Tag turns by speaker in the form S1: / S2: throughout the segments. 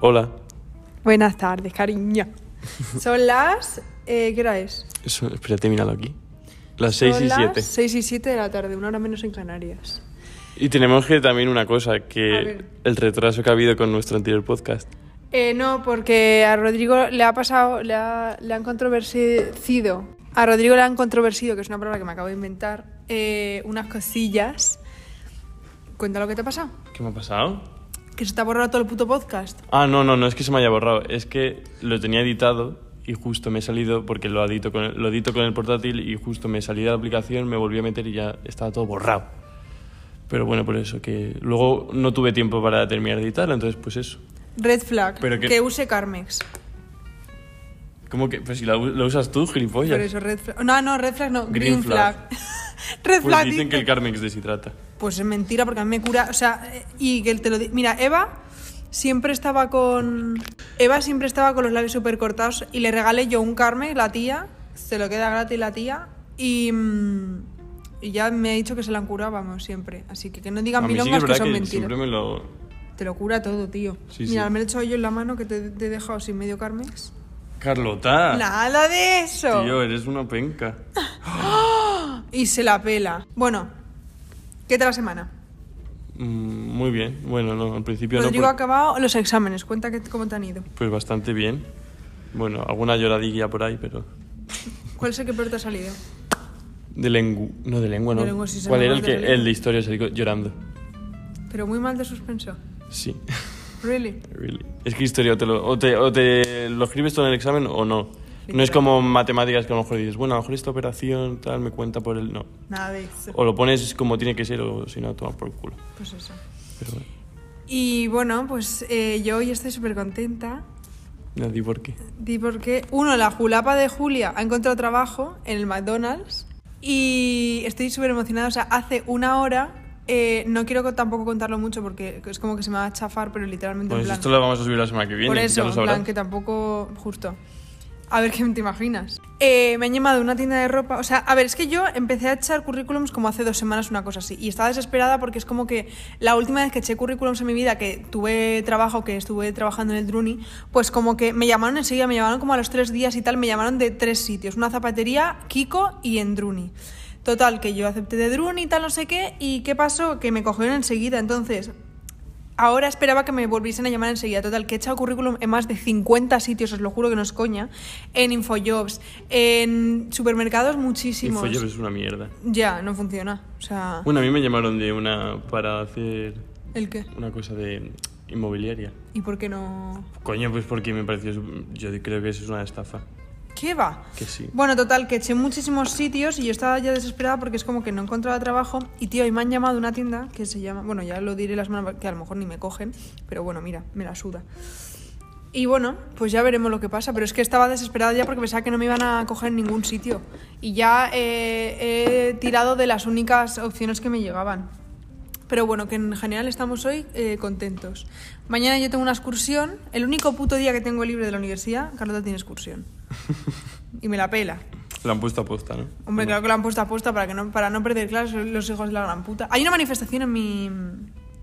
S1: Hola.
S2: Buenas tardes, cariño. Son las... eh, ¿Qué hora es?
S1: Eso, espérate, míralo aquí. Las 6
S2: Son
S1: y
S2: las
S1: 7.
S2: 6 y 7 de la tarde, una hora menos en Canarias.
S1: Y tenemos que también una cosa,
S2: A
S1: que
S2: ver.
S1: el retraso que ha habido con nuestro anterior podcast.
S2: Eh, no, porque a Rodrigo le ha pasado, le, ha- le han controversido. A Rodrigo le han controversido, que es una palabra que me acabo de inventar, eh, unas cosillas. Cuenta lo que te ha pasado.
S1: ¿Qué me ha pasado?
S2: Que se te ha borrado todo el puto podcast.
S1: Ah, no, no, no es que se me haya borrado. Es que lo tenía editado y justo me he salido, porque lo edito con el, lo edito con el portátil y justo me salí de la aplicación, me volví a meter y ya estaba todo borrado. Pero bueno, por eso, que luego no tuve tiempo para terminar de editarlo, entonces pues eso.
S2: Red flag.
S1: Pero que-
S2: que use Carmex.
S1: ¿Cómo que? Pues si la u- lo usas tú, gilipollas.
S2: Por eso, red flag. No, no, red flag no.
S1: Green
S2: Green, flag. red
S1: Pues
S2: flag.
S1: dicen que
S2: dice.
S1: el Carmex deshidrata.
S2: Pues es mentira porque a mí me cura, o sea, eh, y que él te lo di- Mira, Eva siempre estaba con Eva siempre estaba con los labios súper cortados y le regalé yo un Carmen, la tía, se lo queda gratis la tía y mm, y ya me ha dicho que se la han curado, vamos, siempre. Así que que no digan
S1: a mí sí que
S2: milongas
S1: es
S2: que
S1: verdad
S2: son
S1: que
S2: mentiras.
S1: siempre me lo...
S2: Te lo cura todo, tío.
S1: Sí,
S2: Mira,
S1: sí.
S2: me lo he echado yo en la mano que te, te he dejado sin medio Carmen.
S1: Carlota.
S2: Nada de eso.
S1: Ah. Tío, eres una penca.
S2: Y se la pela. Bueno, ¿qué tal la semana?
S1: Mm, muy bien. Bueno, no, al principio
S2: Rodrigo ha
S1: no. por-
S2: acabado los exámenes. Cuenta que, cómo te han ido.
S1: Pues bastante bien. Bueno, alguna lloradilla por ahí, pero...
S2: ¿Cuál es el que peor te ha salido?
S1: De lengua... No, de lengua no.
S2: De lengua sí se
S1: ¿Cuál
S2: me
S1: era el
S2: va
S1: que...?
S2: de lengua.
S1: El de historia, se digo, llorando.
S2: Pero muy mal de suspenso.
S1: Sí.
S2: Really.
S1: Really. Es que historia o te, lo, o te, o te lo escribes todo en el examen o no. No es
S2: Literal.
S1: como matemáticas que a lo mejor dices, bueno, a lo mejor esta operación tal me cuenta por el... No.
S2: Nada de eso.
S1: O lo pones como tiene que ser o si no, toma por culo.
S2: Pues eso.
S1: Pero bueno,
S2: Y bueno, pues eh, yo hoy estoy súper contenta.
S1: no di por qué.
S2: Di porque, uno, la julapa de Julia ha encontrado trabajo en el McDonald's. Y estoy súper emocionada. O sea, hace una hora. eh, no quiero co- tampoco contarlo mucho porque es como que se me va a chafar, pero literalmente en
S1: Pues
S2: plan-
S1: esto lo vamos a subir la semana que viene.
S2: Por
S1: ya
S2: eso,
S1: lo
S2: en
S1: sabrás.
S2: plan que tampoco justo. A ver qué te imaginas. Eh, me han llamado de una tienda de ropa. O sea, a ver, es que yo empecé a echar currículums como hace dos semanas, una cosa así. Y estaba desesperada porque es como que la última vez que eché currículums en mi vida, que tuve trabajo, que estuve trabajando en el Druni, pues como que me llamaron enseguida, me llamaron como a los tres días y tal, me llamaron de tres sitios: una zapatería, Kiko y en Druni. Total, que yo acepté de Druni y tal, no sé qué. ¿Y qué pasó? Que me cogieron enseguida. Entonces, Ahora esperaba que me volviesen a llamar enseguida. Total, que he echado currículum en más de 50 sitios, os lo juro que no es coña. En Infojobs, en supermercados muchísimos.
S1: Infojobs es una mierda.
S2: Ya, no funciona. O sea,
S1: Bueno, a mí me llamaron de una para hacer
S2: ¿el qué?
S1: una cosa de inmobiliaria.
S2: ¿Y por qué no...?
S1: Coño, pues porque me pareció... su- Yo creo que eso es una estafa.
S2: ¿Qué va?
S1: Que sí.
S2: Bueno, total, que eché muchísimos sitios y yo estaba ya desesperada porque es como que no encontraba trabajo. Y tío, y me han llamado de una tienda que se llama. Bueno, ya lo diré la semana que a lo mejor ni me cogen, pero bueno, mira, me la suda. Y bueno, pues ya veremos lo que pasa, pero es que estaba desesperada ya porque pensaba que no me iban a coger en ningún sitio. Y ya eh, he tirado de las únicas opciones que me llegaban. Pero bueno, que en general estamos hoy eh, contentos. Mañana yo tengo una excursión, el único puto día que tengo libre de la universidad, Carlota tiene excursión. Y me la pela.
S1: La han puesto a posta, ¿no?
S2: Hombre, claro que lo han puesto a posta para, que no, para no perder clases los hijos de la gran puta. Hay una manifestación en mi...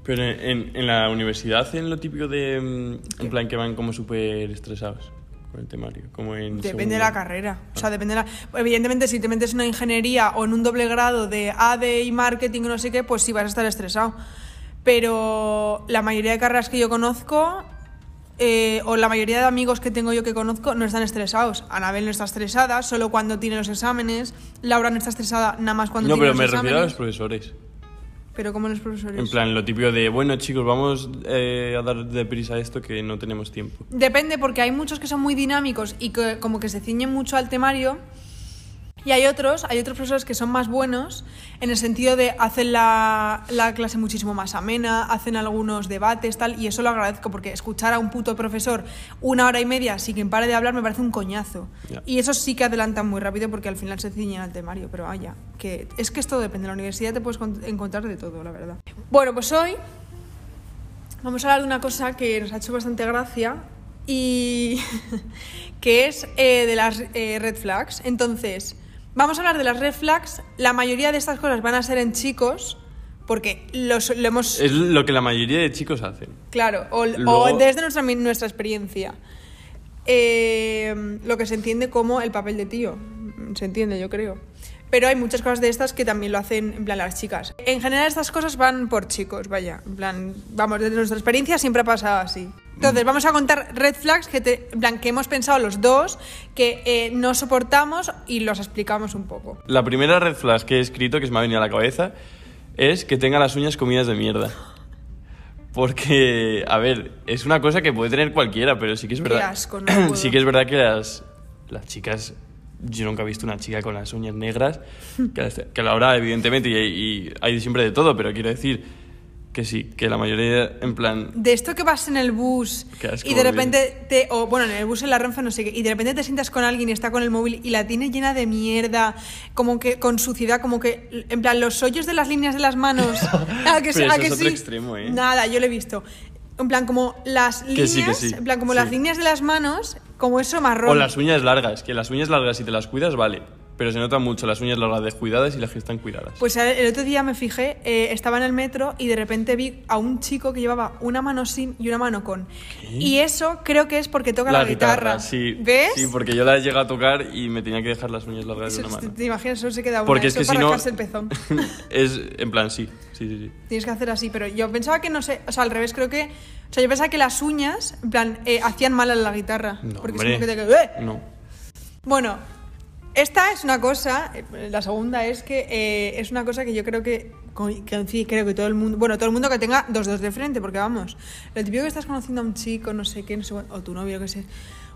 S1: Pero en, en- en la universidad hacen lo típico de... mm, En plan que van como súper estresados con el temario. Como en
S2: Depende de
S1: segundo. Ah.
S2: la carrera. O sea, depende de la... Evidentemente, si te metes en una ingeniería o en un doble grado de AD y marketing o no sé qué, pues sí vas a estar estresado. Pero la mayoría de carreras que yo conozco, eh, o la mayoría de amigos que tengo yo que conozco, no están estresados. Anabel no está estresada, solo cuando tiene los exámenes. Laura no está estresada, nada más cuando
S1: No,
S2: tiene
S1: pero
S2: los
S1: me
S2: exámenes. Pues
S1: refiero a los profesores.
S2: Pero como los profesores.
S1: En plan, lo típico de, bueno, chicos, vamos eh, a dar deprisa a esto que no tenemos tiempo.
S2: Depende, porque hay muchos que son muy dinámicos y que como que se ciñen mucho al temario. Y hay otros, hay otros profesores que son más buenos en el sentido de hacen la, la clase muchísimo más amena, hacen algunos debates, tal, y eso lo agradezco porque escuchar a un puto profesor una hora y media sin que pare de hablar me parece un coñazo.
S1: Ya.
S2: Y eso sí que adelantan muy rápido porque al final se ciñen al temario, pero vaya, que es que esto depende, en la universidad te puedes con- encontrar de todo, la verdad. Bueno, pues hoy Vamos a hablar de una cosa que nos ha hecho bastante gracia y que es eh, de las eh, red flags. Entonces, vamos a hablar de las red flags. La mayoría de estas cosas van a ser en chicos, Porque los, lo hemos...
S1: Es lo que la mayoría de chicos hacen.
S2: Claro, o,
S1: Luego-
S2: o desde nuestra, mi- nuestra experiencia. Eh, lo que se entiende como el papel de tío. Se entiende, yo creo. Pero hay muchas cosas de estas que también lo hacen, en plan, las chicas. En general, estas cosas van por chicos, vaya. En plan, vamos, desde nuestra experiencia siempre ha pasado así. Entonces, vamos a contar red flags que, te- en plan, que hemos pensado los dos, que eh, no soportamos y los explicamos un poco.
S1: La primera red flag que he escrito, que se me ha venido a la cabeza, es que tenga las uñas comidas de mierda. Porque, a ver, es una cosa que puede tener cualquiera, pero sí que es
S2: Qué
S1: verdad.
S2: asco, no puedo.
S1: sí que es verdad que las, las chicas. Yo nunca he visto una chica con las uñas negras, que, las- que la habrá, evidentemente, y, y hay siempre de todo, pero quiero decir que sí, que la mayoría, en plan.
S2: De esto que vas en el bus
S1: Qué asco,
S2: y de
S1: Barbie.
S2: repente te. O bueno, en el bus, en la renfe, no sé qué. Y de repente te sientas con alguien y está con el móvil y la tiene llena de mierda, como que con suciedad, como que. En plan, los hoyos de las líneas de las manos. ¿A que, sí?
S1: Pero
S2: ¿A
S1: eso
S2: que
S1: es
S2: sí?
S1: otro extremo, ¿eh?
S2: Nada, yo lo he visto. En plan, como las
S1: que
S2: líneas.
S1: sí, sí,
S2: En plan, como
S1: sí.
S2: las líneas de las manos, como eso marrón.
S1: O las uñas largas, que las uñas largas, si te las cuidas, vale. Pero se notan mucho las uñas largas descuidadas y las que están cuidadas.
S2: Pues a- el otro día me fijé, eh, estaba en el metro y de repente vi a un chico que llevaba una mano sin y una mano con. Y eso creo que es porque toca la,
S1: sí.
S2: ¿Ves?
S1: Sí, porque yo la he llegado a tocar y me tenía que dejar las uñas largas de
S2: Eso-
S1: una
S2: ¿Te,
S1: mano.
S2: te imaginas? Solo se queda una.
S1: Porque es
S2: eso
S1: que si
S2: para
S1: no.
S2: rascarse el pezón.
S1: es en plan, sí. Sí, sí, sí.
S2: Tienes que hacer así, pero yo pensaba que no sé. O sea, al revés, creo que. O sea, yo pensaba que las uñas, en plan, eh, hacían mal a la guitarra.
S1: No,
S2: porque
S1: hombre.
S2: es como que te quedas, "Eh".
S1: No.
S2: Bueno, esta es una cosa. eh, La segunda es que eh, es una cosa que yo creo que. co- que sí, creo que todo el mundo. Bueno, todo el mundo que tenga dos dos de frente, porque vamos. Lo típico que estás conociendo a un chico, no sé qué, no sé cuál, O tu novio, que sé.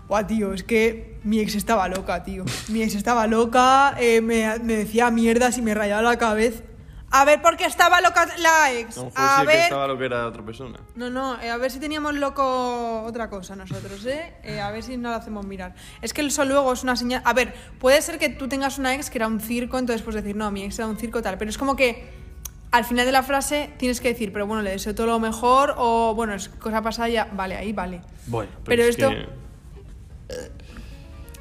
S2: Buah, tío, es que mi ex estaba loca, tío. Mi ex estaba loca, eh, me, me decía mierdas y me rayaba la cabeza. A ver, ¿por qué estaba loca la ex?
S1: No, José,
S2: Pues a
S1: que
S2: ver.
S1: estaba lo que era otra persona.
S2: No, no, eh, a ver si teníamos loco otra cosa nosotros, ¿eh? Eh, A ver si no lo hacemos mirar. Es que eso luego es una señal... A ver, puede ser que tú tengas una ex que era un circo, entonces puedes decir, no, mi ex era un circo tal, pero es como que al final de la frase tienes que decir, pero bueno, le deseo todo lo mejor o, bueno, es cosa pasada ya, vale, ahí vale.
S1: Bueno, pero,
S2: Pero
S1: es
S2: esto-
S1: que-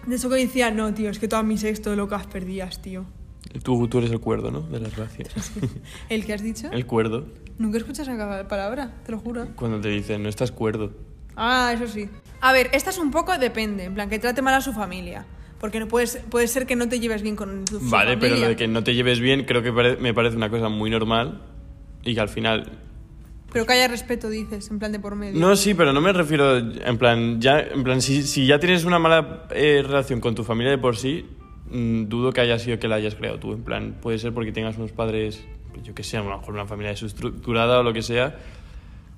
S2: De eso que decía, no, tío, es que todas mis ex todo locas perdías, tío.
S1: Tú, tú eres el cuerdo, ¿no? De las gracias.
S2: ¿El que has dicho?
S1: el cuerdo.
S2: Nunca escuchas esa palabra, te lo juro.
S1: Cuando te dicen, no estás cuerdo.
S2: Ah, eso sí. A ver, esta es un poco depende, en plan que trate mal a su familia. Porque no puedes, puede ser que no te lleves bien con tu su
S1: Vale, pero lo
S2: familia.
S1: de que no te lleves bien creo que pare- me parece una cosa muy normal y que al final
S2: Pero que haya respeto, dices, en plan de por medio.
S1: No, sí, pero no me refiero en plan, ya, en plan si, si ya tienes una mala eh, relación con tu familia de por sí, mm, dudo que haya sido que la hayas creado tú. En plan, puede ser porque tengas unos padres, pues yo que sé, a lo mejor una familia desestructurada o lo que sea.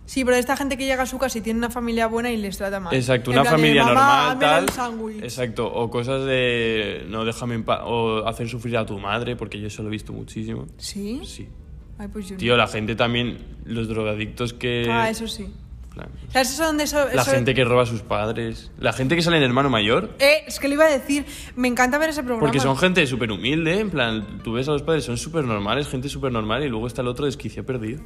S2: Sí, pero esta gente que llega a su casa y tiene una familia buena y les trata mal.
S1: Exacto,
S2: Ah, En
S1: una
S2: plan de,
S1: familia
S2: "Mamá,
S1: normal,
S2: me da un
S1: tal.
S2: sándwich".
S1: Exacto, o cosas de no déjame en paz, o hacer sufrir a tu madre, porque yo eso lo he visto muchísimo.
S2: ¿Sí?
S1: Sí.
S2: Ay, pues yo no.
S1: Tío, la gente también, los drogadictos que.
S2: Ah, eso sí.
S1: en plan,
S2: ¿Sabes eso donde eso,
S1: la
S2: eso-
S1: gente que roba a sus padres, la gente que sale en hermano mayor.
S2: Eh, es que le iba a decir, me encanta ver ese programa.
S1: Porque son gente súper humilde, en plan, tú ves a los padres, son súper normales, gente súper normal, y luego está el otro desquicio perdido.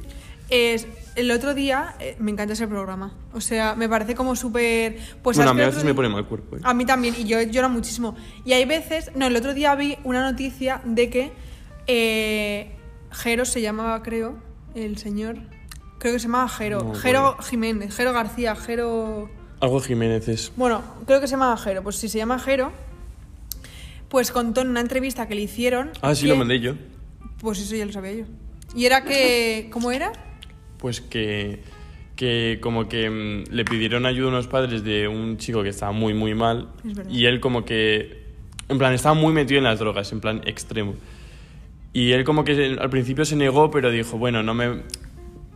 S2: Es- el otro día eh, me encanta ese programa. O sea, me parece como súper. Pues
S1: bueno,
S2: ¿sabes
S1: a mí a
S2: qué otro Ah.
S1: veces me
S2: día-
S1: pone mal cuerpo. ¿eh?
S2: A mí también, y yo lloro muchísimo. Y hay veces, no, el otro día vi una noticia de que eh, Jero se llamaba, creo, el señor. Creo que se llamaba Jero.
S1: No,
S2: Jero
S1: bueno.
S2: Jiménez, Jero García, Jero.
S1: Algo Jiménez es.
S2: Bueno, creo que se llamaba Jero. Pues si se llama Jero, pues contó en una entrevista que le hicieron.
S1: Ah, sí,
S2: que-
S1: lo mandé yo.
S2: Pues eso ya lo sabía yo. Y era que. ¿Cómo era?
S1: Pues que, que como que mm, le pidieron ayuda a unos padres de un chico que estaba muy, muy mal,
S2: Es verdad.
S1: y él como que, en plan, estaba muy metido en las drogas, en plan extremo. Y él como que al principio se negó, pero dijo, bueno, no me...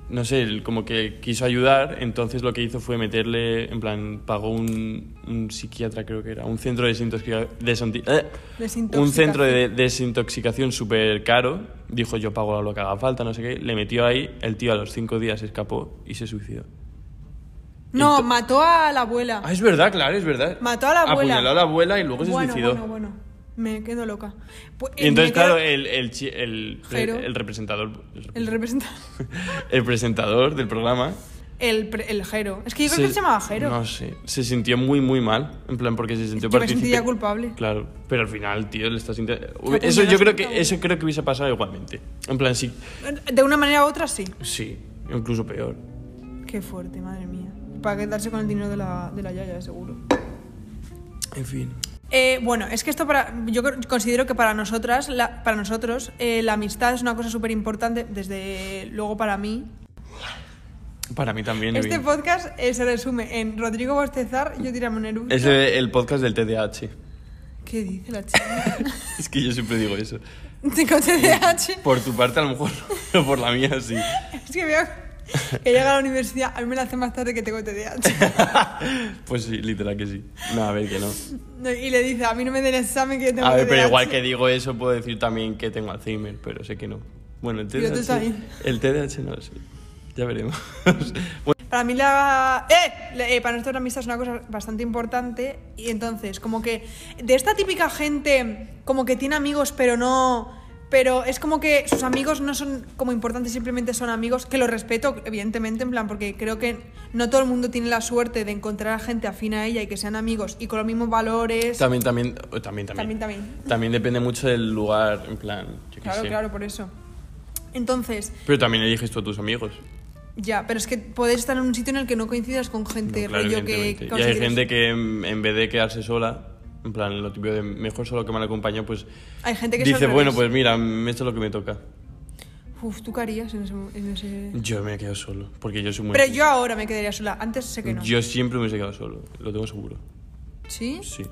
S1: No sé, él como que quiso ayudar, entonces lo que hizo fue meterle, en plan, pagó un, un psiquiatra, creo que era, un centro de eh, desintoxicación...
S2: Desintoxicación.
S1: Un centro de desintoxicación súper caro. Dijo yo pago lo que haga falta, no sé qué. Le metió ahí, el tío a los cinco días escapó y se suicidó.
S2: No,
S1: Ento-
S2: mató a la abuela.
S1: Ah, es verdad, claro, es verdad.
S2: Mató a la abuela.
S1: Apuñaló a la abuela y luego se
S2: bueno,
S1: suicidó.
S2: bueno, bueno. Me quedo loca. Pues,
S1: Y
S2: eh,
S1: entonces,
S2: me quedo-
S1: claro, el, el, chi- el,
S2: Jero.
S1: el representador... El,
S2: El representante.
S1: el presentador del programa
S2: el, pre- el Jero. Es que yo creo
S1: Se-
S2: que se llamaba Jero.
S1: No sé. Se sintió muy, muy mal. En plan, porque se sintió
S2: yo me sentía
S1: partícipe.
S2: culpable.
S1: Claro, pero al final, tío, le estás sinti-
S2: pues
S1: Eso
S2: yo no
S1: yo creo
S2: siento
S1: que eso creo que hubiese pasado igualmente. En plan, sí.
S2: De una manera u otra, sí.
S1: Sí, incluso peor.
S2: Qué fuerte, madre mía. Para quedarse con el dinero de la, de la yaya, seguro.
S1: En fin.
S2: Eh, bueno, es que esto para. Yo creo- considero que para nosotras, la- para nosotros, eh, la amistad es una cosa súper importante. Desde luego para mí.
S1: Para mí también.
S2: Este
S1: Evin.
S2: podcast eh, se resume en Rodrigo Bostezar, yo tirarme un eructo.
S1: es el, el podcast del TDAH.
S2: ¿Qué dice la chica?
S1: Es que yo siempre digo eso.
S2: Tengo TDAH.
S1: Por tu parte, a lo mejor, pero por la mía sí.
S2: Es que veo que llega a la universidad, a mí me la hace más tarde que tengo TDAH.
S1: Pues sí, literal que sí. No, a ver que no.
S2: No, Y le dice, a mí no me den el examen que yo tengo
S1: A ver,
S2: TDAH.
S1: pero igual que digo eso, puedo decir también que tengo Alzheimer, pero sé que no. Bueno, el
S2: Pero tú
S1: TDAH.
S2: sabes.
S1: El TDAH no lo sé. Ya veremos.
S2: Para mí la... ¡Eh! La- eh, para nosotros la amistad es una cosa bastante importante y entonces como que de esta típica gente como que tiene amigos pero no... Pero es como que sus amigos no son como importantes, simplemente son amigos, que lo respeto, evidentemente, en plan, porque creo que no todo el mundo tiene la suerte de encontrar a gente afín a ella y que sean amigos y con los mismos valores.
S1: También, también, oh, también,
S2: También,
S1: también.
S2: también.
S1: También depende mucho del lugar, en plan, yo qué
S2: Claro,
S1: sé.
S2: claro, por eso. Entonces,
S1: Pero también eliges tú a tus amigos.
S2: ya, pero es que podés estar en un sitio en el que no coincidas con gente
S1: No, claro,
S2: rollo que...
S1: evidentemente.
S2: que
S1: y hay
S2: consideres-
S1: gente que en, en vez de quedarse sola, en plan, lo típico de mejor solo que mal acompañado, pues
S2: Hay gente que es
S1: dice,
S2: al
S1: bueno,
S2: revés".
S1: pues mira, me esto es lo que me toca.
S2: Uf, ¿tú qué harías en ese... en ese-
S1: Yo me quedo solo, porque yo soy muy...
S2: Pero yo ahora me quedaría sola, antes sé que no.
S1: Yo siempre me hubiese quedado solo, lo tengo seguro.
S2: ¿Sí?
S1: Sí.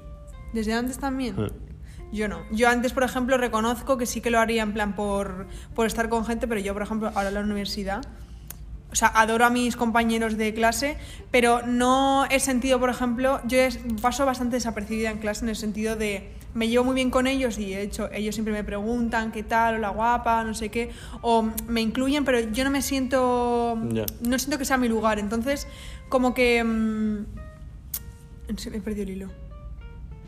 S2: ¿Desde antes también?
S1: Ah.
S2: Yo no. Yo antes, por ejemplo, reconozco que sí que lo haría en plan por, por estar con gente, pero yo, por ejemplo, ahora en la universidad... O sea, adoro a mis compañeros de clase, pero no he sentido, por ejemplo, yo es- paso bastante desapercibida en clase en el sentido de me llevo muy bien con ellos y de hecho ellos siempre me preguntan qué tal, o la guapa, no sé qué, o me incluyen, pero yo no me siento,
S1: Ya.
S2: no siento que sea mi lugar, entonces como que... mm, se me perdió el hilo.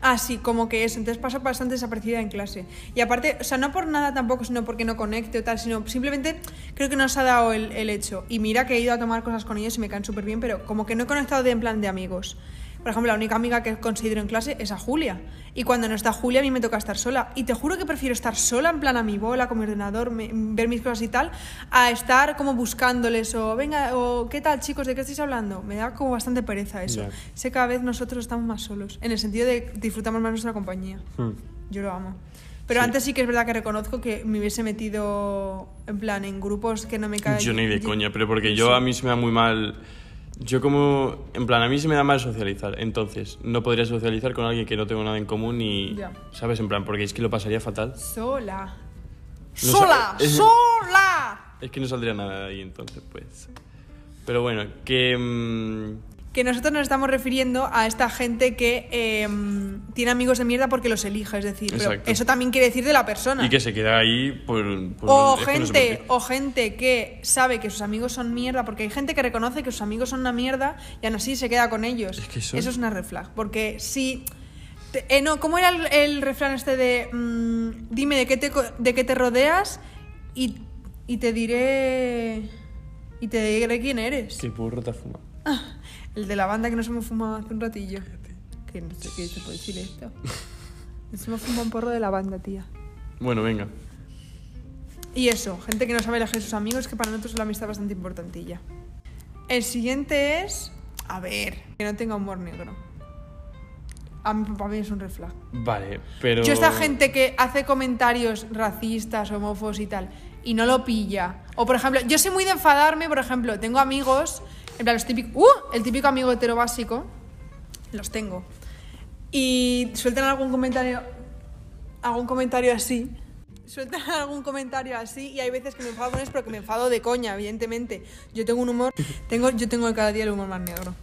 S2: Ah, sí, como que eso. Entonces paso bastante desapercibida en clase. Y aparte, o sea, no por nada tampoco, sino porque no conecte o tal, sino simplemente creo que no se ha dado el, el hecho. Y mira que he ido a tomar cosas con ellos y me caen súper bien, pero como que no he conectado de en plan de amigos. Por ejemplo, la única amiga que considero en clase es a Julia. Y cuando no está Julia, a mí me toca estar sola. Y te juro que prefiero estar sola, en plan a mi bola, con mi ordenador, me- ver mis cosas y tal, a estar como buscándoles o, venga, o, ¿qué tal, chicos? ¿De qué estáis hablando? Me da como bastante pereza eso.
S1: Ya.
S2: Sé que cada vez nosotros estamos más solos, en el sentido de disfrutamos más nuestra compañía.
S1: Hmm.
S2: Yo lo amo. Pero
S1: Sí.
S2: antes sí que es verdad que reconozco que me hubiese metido en plan en grupos que no me caen.
S1: Yo ni de coña, pero porque yo a mí se me da muy mal. Yo como, en plan, a mí se me da mal socializar, entonces no podría socializar con alguien que no tengo nada en común y,
S2: Ya.
S1: ¿sabes? En plan, porque es que lo pasaría fatal.
S2: Sola.
S1: No
S2: ¡Sola!
S1: sabe-
S2: ¡Sola!
S1: Es que no saldría nada de ahí entonces, pues. Pero bueno, que... mm,
S2: Que nosotros nos estamos refiriendo a esta gente que eh, tiene amigos de mierda porque los elige, es decir, pero
S1: Exacto.
S2: eso también quiere decir de la persona.
S1: y que se queda ahí por... por-
S2: O
S1: es que Pues no sé
S2: Oh, gente,
S1: por qué.
S2: o gente que sabe que sus amigos son mierda, porque hay gente que reconoce que sus amigos son una mierda y aún así se queda con ellos.
S1: Es que eso-
S2: es una red flag, porque si... te- eh, no, ¿cómo era el, el refrán este de mm, dime de qué te, co- de qué te rodeas y, y te diré... Y te diré quién eres.
S1: Qué burro te has fumado.
S2: El de la banda que nos hemos fumado hace un ratillo. Que no sé qué se puede decir esto. Nos hemos fumado un porro de la banda, tía.
S1: Bueno, venga.
S2: Y eso, gente que no sabe elegir sus amigos, que para nosotros la amistad es bastante importantilla. El siguiente es, a ver, que no tenga humor negro. A mí, para mí es un red flag.
S1: Vale, pero...
S2: Yo esta gente que hace comentarios racistas, homófobos y tal, y no lo pilla. O por ejemplo, yo soy muy de enfadarme, por ejemplo, tengo amigos, en plan los típicos, ¡uh! El típico amigo hetero básico, los tengo. Y sueltan algún comentario, algún comentario así. Sueltan algún comentario así y hay veces que me enfado con eso, pero que me enfado de coña, evidentemente. Yo tengo un humor, tengo, yo tengo cada día el humor más negro.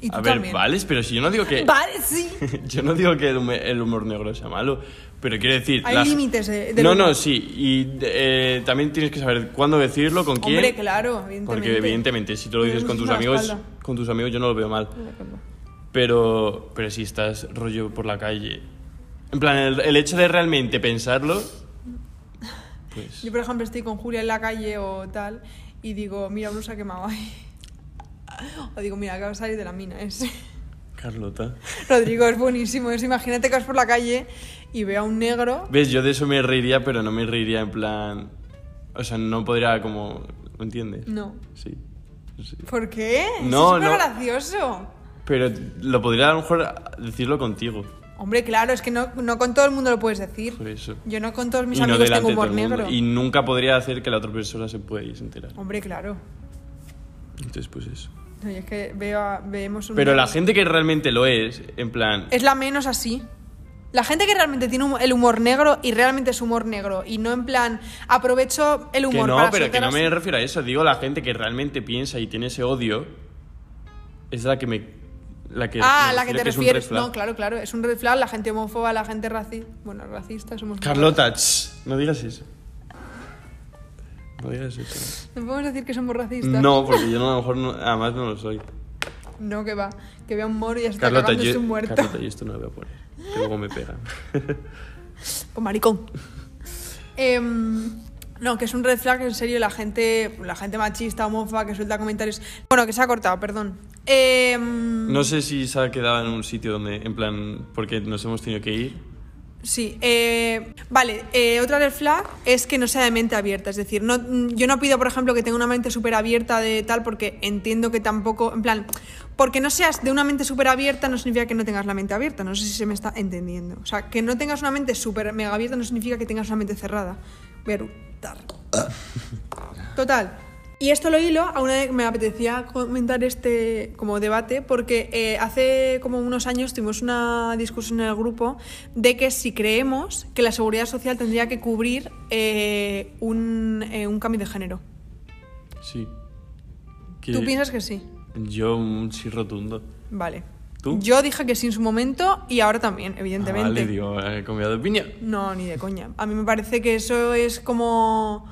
S2: Y tú
S1: A ver,
S2: también.
S1: vales, pero si yo no digo que...
S2: Vale, sí.
S1: Yo no digo que el hume- el humor negro sea malo, pero quiero decir...
S2: Hay
S1: la-
S2: límites de- del
S1: No,
S2: humor.
S1: no, sí. Y eh, también tienes que saber cuándo decirlo, con quién.
S2: Hombre, claro, evidentemente.
S1: Porque evidentemente, si tú lo
S2: Pero
S1: dices
S2: no
S1: con
S2: es
S1: tus
S2: una
S1: amigos,
S2: espalda.
S1: con tus amigos yo no lo veo mal. Pero, pero si estás rollo por la calle... En plan, el, el hecho de realmente pensarlo... Pues...
S2: Yo, por ejemplo, estoy con Julia en la calle o tal y digo, mira, blusa quemado ahí. O digo, mira, acaba de salir de la mina ese.
S1: Carlota.
S2: Rodrigo, es buenísimo. Es, imagínate que vas por la calle y veo a un negro.
S1: ¿Ves? Yo de eso me reiría, pero no me reiría en plan. O sea, no podría como. ¿Lo entiendes?
S2: No.
S1: Sí. Sí.
S2: ¿Por qué? Eso
S1: No,
S2: es súper
S1: no.
S2: gracioso.
S1: Pero lo podría a lo mejor decirlo contigo.
S2: Hombre, claro, es que no, no con todo el mundo lo puedes decir.
S1: Por eso.
S2: Yo no con todos mis
S1: Y no
S2: amigos tengo
S1: delante de todo
S2: humor
S1: el mundo.
S2: negro.
S1: Y nunca podría hacer que la otra persona se pudiese enterar.
S2: Hombre, claro.
S1: Entonces, pues eso.
S2: No, y es que veo a- vemos un
S1: Pero la gente que realmente lo es, en plan.
S2: es la menos así. La gente que realmente tiene hum- el humor negro y realmente es humor negro y no en plan aprovecho el
S1: que
S2: humor
S1: no,
S2: para
S1: pero que
S2: soltar
S1: no
S2: así.
S1: me refiero a eso. Digo, la gente que realmente piensa y tiene ese odio es la que me. La que
S2: Ah,
S1: me
S2: la que te
S1: refiero es un
S2: refieres.
S1: red flag.
S2: no, claro, claro, es un red flag, la gente homófoba, la gente racista, bueno, racista somos
S1: Carlota, tss, no digas eso. No digas eso.
S2: No podemos decir que somos racistas.
S1: No, porque yo no, a lo mejor no- además no lo soy.
S2: No, que va. Que vea un moro y ya se está
S1: Carlota
S2: cagándose
S1: yo,
S2: un muerto.
S1: Carlota, yo esto no lo voy a poner. Que luego me pegan.
S2: Con maricón. Em, no, que es un red flag, en serio, la gente, la gente machista, homófoba, que suelta comentarios. Bueno, que se ha cortado, perdón. Em,
S1: No sé si se ha quedado en un sitio donde, en plan, porque nos hemos tenido que ir.
S2: Sí, eh, vale, eh, otra red flag es que no sea de mente abierta, es decir, no, mm, yo no pido, por ejemplo, que tenga una mente súper abierta de tal, porque entiendo que tampoco, en plan, porque no seas de una mente súper abierta no significa que no tengas la mente abierta, no sé si se me está entendiendo. O sea, que no tengas una mente súper mega abierta no significa que tengas una mente cerrada. Voy a eructar. Total. Y esto lo hilo a una de me apetecía comentar este como debate porque eh, hace como unos años tuvimos una discusión en el grupo de que si creemos que la seguridad social tendría que cubrir eh, un, eh, un cambio de género.
S1: Sí. Que
S2: ¿Tú piensas que sí?
S1: Yo un sí rotundo.
S2: Vale.
S1: ¿Tú?
S2: Yo dije que sí en su momento y ahora también,
S1: Ah,
S2: evidentemente.
S1: vale, digo, he cambiado de opinión.
S2: No, ni de coña. A mí me parece que eso es como...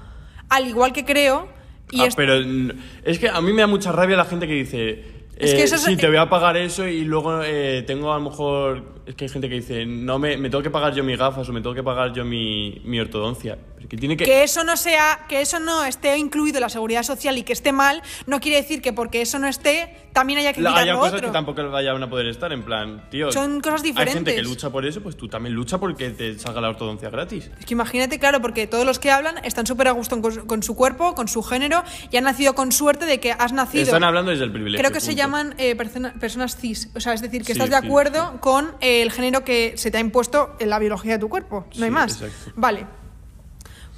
S2: Al igual que creo... Y
S1: Ah,
S2: es-
S1: Pero mm, es que a mí me da mucha rabia la gente que dice.
S2: Es
S1: eh,
S2: que eso es-
S1: sí, te voy a pagar eso y luego eh, tengo a lo mejor. Es que hay gente que dice, no, me, me tengo que pagar yo mis gafas o me tengo que pagar yo mi, mi ortodoncia. Pero que tiene que.
S2: que eso no sea que eso no esté incluido en la seguridad social y que esté mal no quiere decir que porque eso no esté también haya que
S1: la-
S2: quitar
S1: haya
S2: lo
S1: cosas
S2: otro
S1: que tampoco vayan a poder estar, en plan, tío.
S2: Son cosas
S1: Hay gente que
S2: diferentes.
S1: lucha por eso, pues tú también lucha porque te salga la ortodoncia gratis.
S2: es que imagínate claro porque todos los que hablan están súper a gusto con, con su cuerpo con su género y han nacido con suerte de que has nacido
S1: Están hablando desde el privilegio.
S2: creo que se
S1: punto.
S2: llaman eh, persona- personas cis o sea es decir que
S1: Sí,
S2: estás de
S1: sí,
S2: acuerdo
S1: sí.
S2: con eh, el género que se te ha impuesto en la biología de tu cuerpo no hay
S1: Sí,
S2: más
S1: exacto.
S2: vale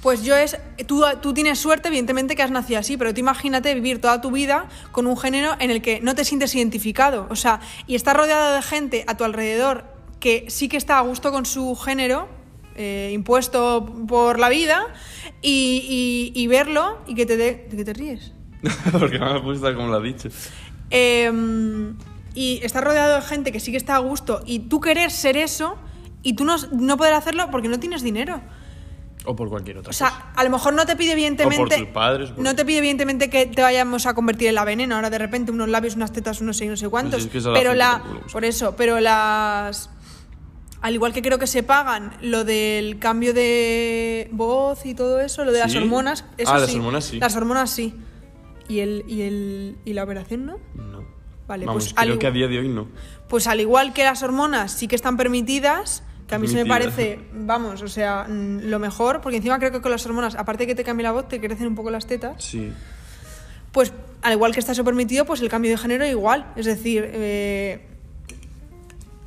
S2: Pues yo es, tú, tú tienes suerte, evidentemente, que has nacido así, pero tú imagínate vivir toda tu vida con un género en el que no te sientes identificado, o sea, y estás rodeado de gente a tu alrededor que sí que está a gusto con su género, eh, impuesto por la vida, y, y- y verlo y que te dé... ¿De qué te ríes?
S1: porque no me gusta como lo ha dicho.
S2: Eh, y estás rodeado de gente que sí que está a gusto, y tú querer ser eso, y tú no, no poder hacerlo porque no tienes dinero.
S1: O por cualquier otra
S2: O
S1: cosa.
S2: sea, a lo mejor no te pide evidentemente.
S1: Pues- O por tus padres, por-
S2: No te pide evidentemente que te vayamos a convertir en la veneno. Ahora de repente unos labios, unas tetas, unos sé, no sé cuántos.
S1: Pues es que eso a la
S2: pero
S1: gente
S2: la.
S1: tampoco le gusta.
S2: Por eso, pero las. Al igual que creo que se pagan lo del cambio de voz y todo eso, lo de las
S1: Sí.
S2: hormonas. eso
S1: Ah, las hormonas sí.
S2: Las hormonas sí. Y, el, y, el, y la operación, ¿no?
S1: No.
S2: Vale,
S1: Vamos,
S2: pues
S1: creo
S2: al-
S1: que a día de hoy no.
S2: Pues al igual que las hormonas sí que están permitidas, que a mí se me
S1: Permitidas.
S2: parece, vamos, o sea, mm, lo mejor, porque encima creo que con las hormonas, aparte de que te cambia la voz, te crecen un poco las tetas,
S1: Sí.
S2: pues al igual que está eso permitido, pues el cambio de género igual. Es decir, eh,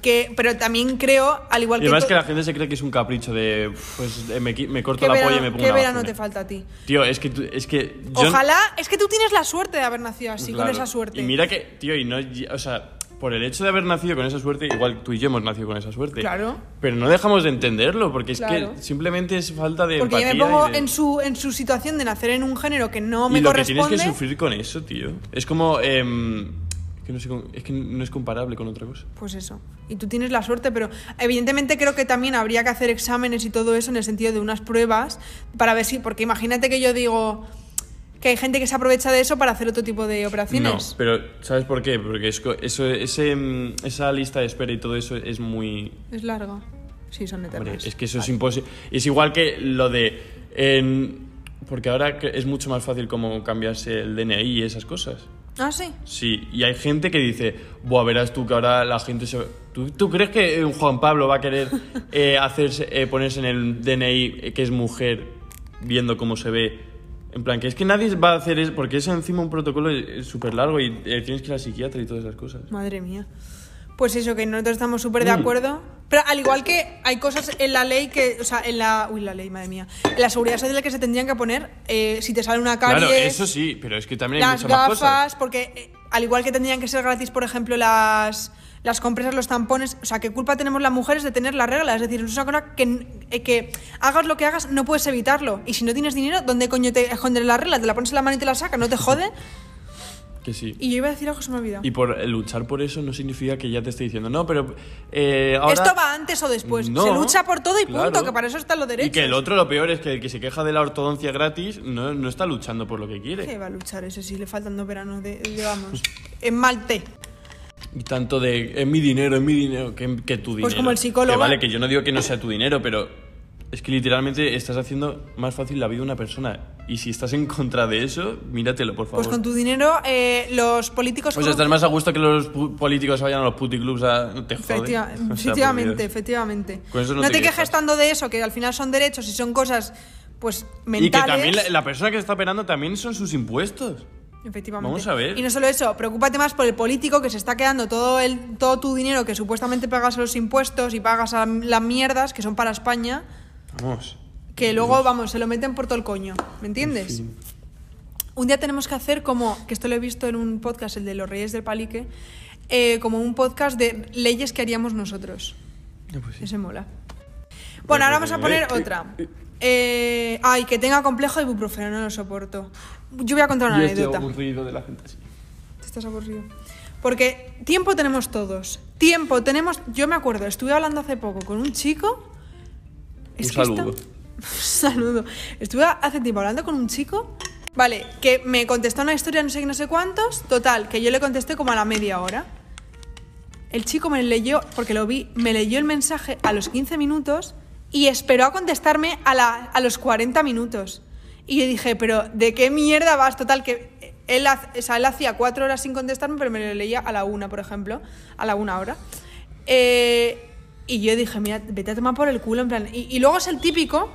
S2: que, pero también creo, al igual
S1: Y además
S2: to-
S1: que la gente se cree que es un capricho de, pues eh, me, qui- me corto
S2: ¿qué
S1: la
S2: verano-
S1: polla y me pongo
S2: qué
S1: una
S2: verano
S1: vacuna.
S2: te falta a ti?
S1: Tío, es que, tú- es que yo-
S2: Ojalá, es que tú tienes la suerte de haber nacido así,
S1: Claro.
S2: con esa suerte.
S1: Y mira que, tío, y no, o sea, por el hecho de haber nacido con esa suerte, igual tú y yo hemos nacido con esa suerte.
S2: Claro.
S1: Pero no dejamos de entenderlo, porque es
S2: Claro.
S1: que simplemente es falta de
S2: porque yo
S1: empatía.
S2: me pongo
S1: y de-
S2: en, su, en su situación de nacer en un género que no
S1: y
S2: me
S1: lo que
S2: corresponde.
S1: tienes que sufrir con eso, tío. Es como, em, que no sé cómo- es que no es comparable con otra cosa.
S2: Pues eso. Y tú tienes la suerte, pero evidentemente creo que también habría que hacer exámenes y todo eso en el sentido de unas pruebas para ver si, porque imagínate que yo digo que hay gente que se aprovecha de eso para hacer otro tipo de
S1: No,
S2: operaciones.
S1: pero ¿sabes por qué? Porque es, co- eso, ese, em, esa lista de espera y todo eso es muy,
S2: Es largo. Sí, son eternas.
S1: Hombre, es que eso es imposible. Es igual que lo de. en- porque ahora que es mucho más fácil como cambiarse el DNI y esas cosas.
S2: Ah, sí.
S1: Sí, y hay gente que dice, Buah, verás tú que ahora la gente se... ¿Tú, tú crees que eh, Juan Pablo va a querer eh, hacerse, eh, ponerse en el DNI eh, que es mujer viendo cómo se ve? En plan, que es que nadie va a hacer eso, porque es encima un protocolo eh, súper largo y eh, tienes que ir al psiquiatra y todas esas cosas.
S2: Madre mía. Pues eso, que nosotros estamos súper de
S1: Mm.
S2: acuerdo. Pero al igual que hay cosas en la ley que. O sea, en la. Uy, la ley, madre mía. En la seguridad social que se tendrían que poner eh, si te sale una caries.
S1: Claro, eso sí, pero es que también hay
S2: las
S1: muchas más cosas.
S2: gafas, porque eh, al igual que tendrían que ser gratis, por ejemplo, las, las compresas, los tampones, o sea, ¿qué culpa tenemos las mujeres de tener las reglas? Es decir, es una cosa que, n- eh, que hagas lo que hagas, no puedes evitarlo. Y si no tienes dinero, ¿dónde coño te escondes la regla? Te la pones en la mano y te la saca, no te jode.
S1: Que sí.
S2: Y yo iba a decir algo, se me ha olvidado.
S1: Y por eh, luchar por eso no significa que ya te esté diciendo, no, pero eh, ahora...
S2: Esto va antes o después.
S1: No,
S2: se lucha por todo y
S1: claro.
S2: punto, que para eso están los derechos.
S1: Y que el otro lo peor es que el que se queja de la ortodoncia gratis no, no está luchando por lo que quiere.
S2: ¿Qué va a luchar ese si le faltan dos veranos de, de- vamos, en Malte? Pues
S1: Y tanto de es mi dinero, es mi dinero, que, que tu dinero.
S2: Pues como el psicólogo.
S1: Que vale, que yo no digo que no sea tu dinero, pero es que literalmente estás haciendo más fácil la vida de una persona. Y si estás en contra de eso, míratelo, por favor.
S2: Pues con tu dinero, eh, los
S1: O
S2: políticos
S1: sea,
S2: corruptos-
S1: estás más a gusto que los pu- políticos vayan a los puticlubs a... Te joden.
S2: Efectiva-
S1: O sea, por
S2: efectivamente,
S1: Dios.
S2: efectivamente.
S1: Con eso no
S2: te,
S1: te
S2: quejas.
S1: quejas.
S2: tanto de eso, que al final son derechos y son cosas, pues,
S1: Y que
S2: mentales.
S1: también la, la persona que está operando también son sus impuestos.
S2: Efectivamente.
S1: Vamos a ver.
S2: Y no solo eso, preocúpate más por el político que se está quedando todo, el, todo tu dinero que supuestamente pagas a los impuestos y pagas a las mierdas que son para España,
S1: Vamos.
S2: que luego, vamos, se lo meten por todo el coño. ¿Me entiendes?
S1: En fin.
S2: Un día tenemos que hacer como, que esto lo he visto en un podcast, el de los Reyes del Palique, eh, como un podcast de leyes que haríamos nosotros.
S1: Eh, pues sí. Pues
S2: Ese mola. Bueno, ahora vamos a poner otra. Eh, ay, que tenga complejo de ibuprofeno, no lo soporto. Yo voy a contar una
S1: Yo estoy
S2: anécdota.
S1: aburrido de la gente así.
S2: Te estás aburrido. Porque tiempo tenemos todos. Tiempo tenemos. Yo me acuerdo, estuve hablando hace poco con un chico.
S1: Un
S2: que
S1: saludo.
S2: Un saludo. Estuve hace tiempo hablando con un chico. Vale, que me contestó una historia no sé qué, no sé cuántos. Total, que yo le contesté como a la media hora. El chico me leyó, porque lo vi, me leyó el mensaje a los 15 minutos y esperó a contestarme a, la- a los 40 minutos. Y yo dije, pero ¿de qué mierda vas? Total, que él, ha- o sea, él hacía cuatro horas sin contestarme, pero me lo leía a la una, por ejemplo, a la una hora. Eh, y yo dije, mira, vete a tomar por el culo, en plan. Y, y luego es el típico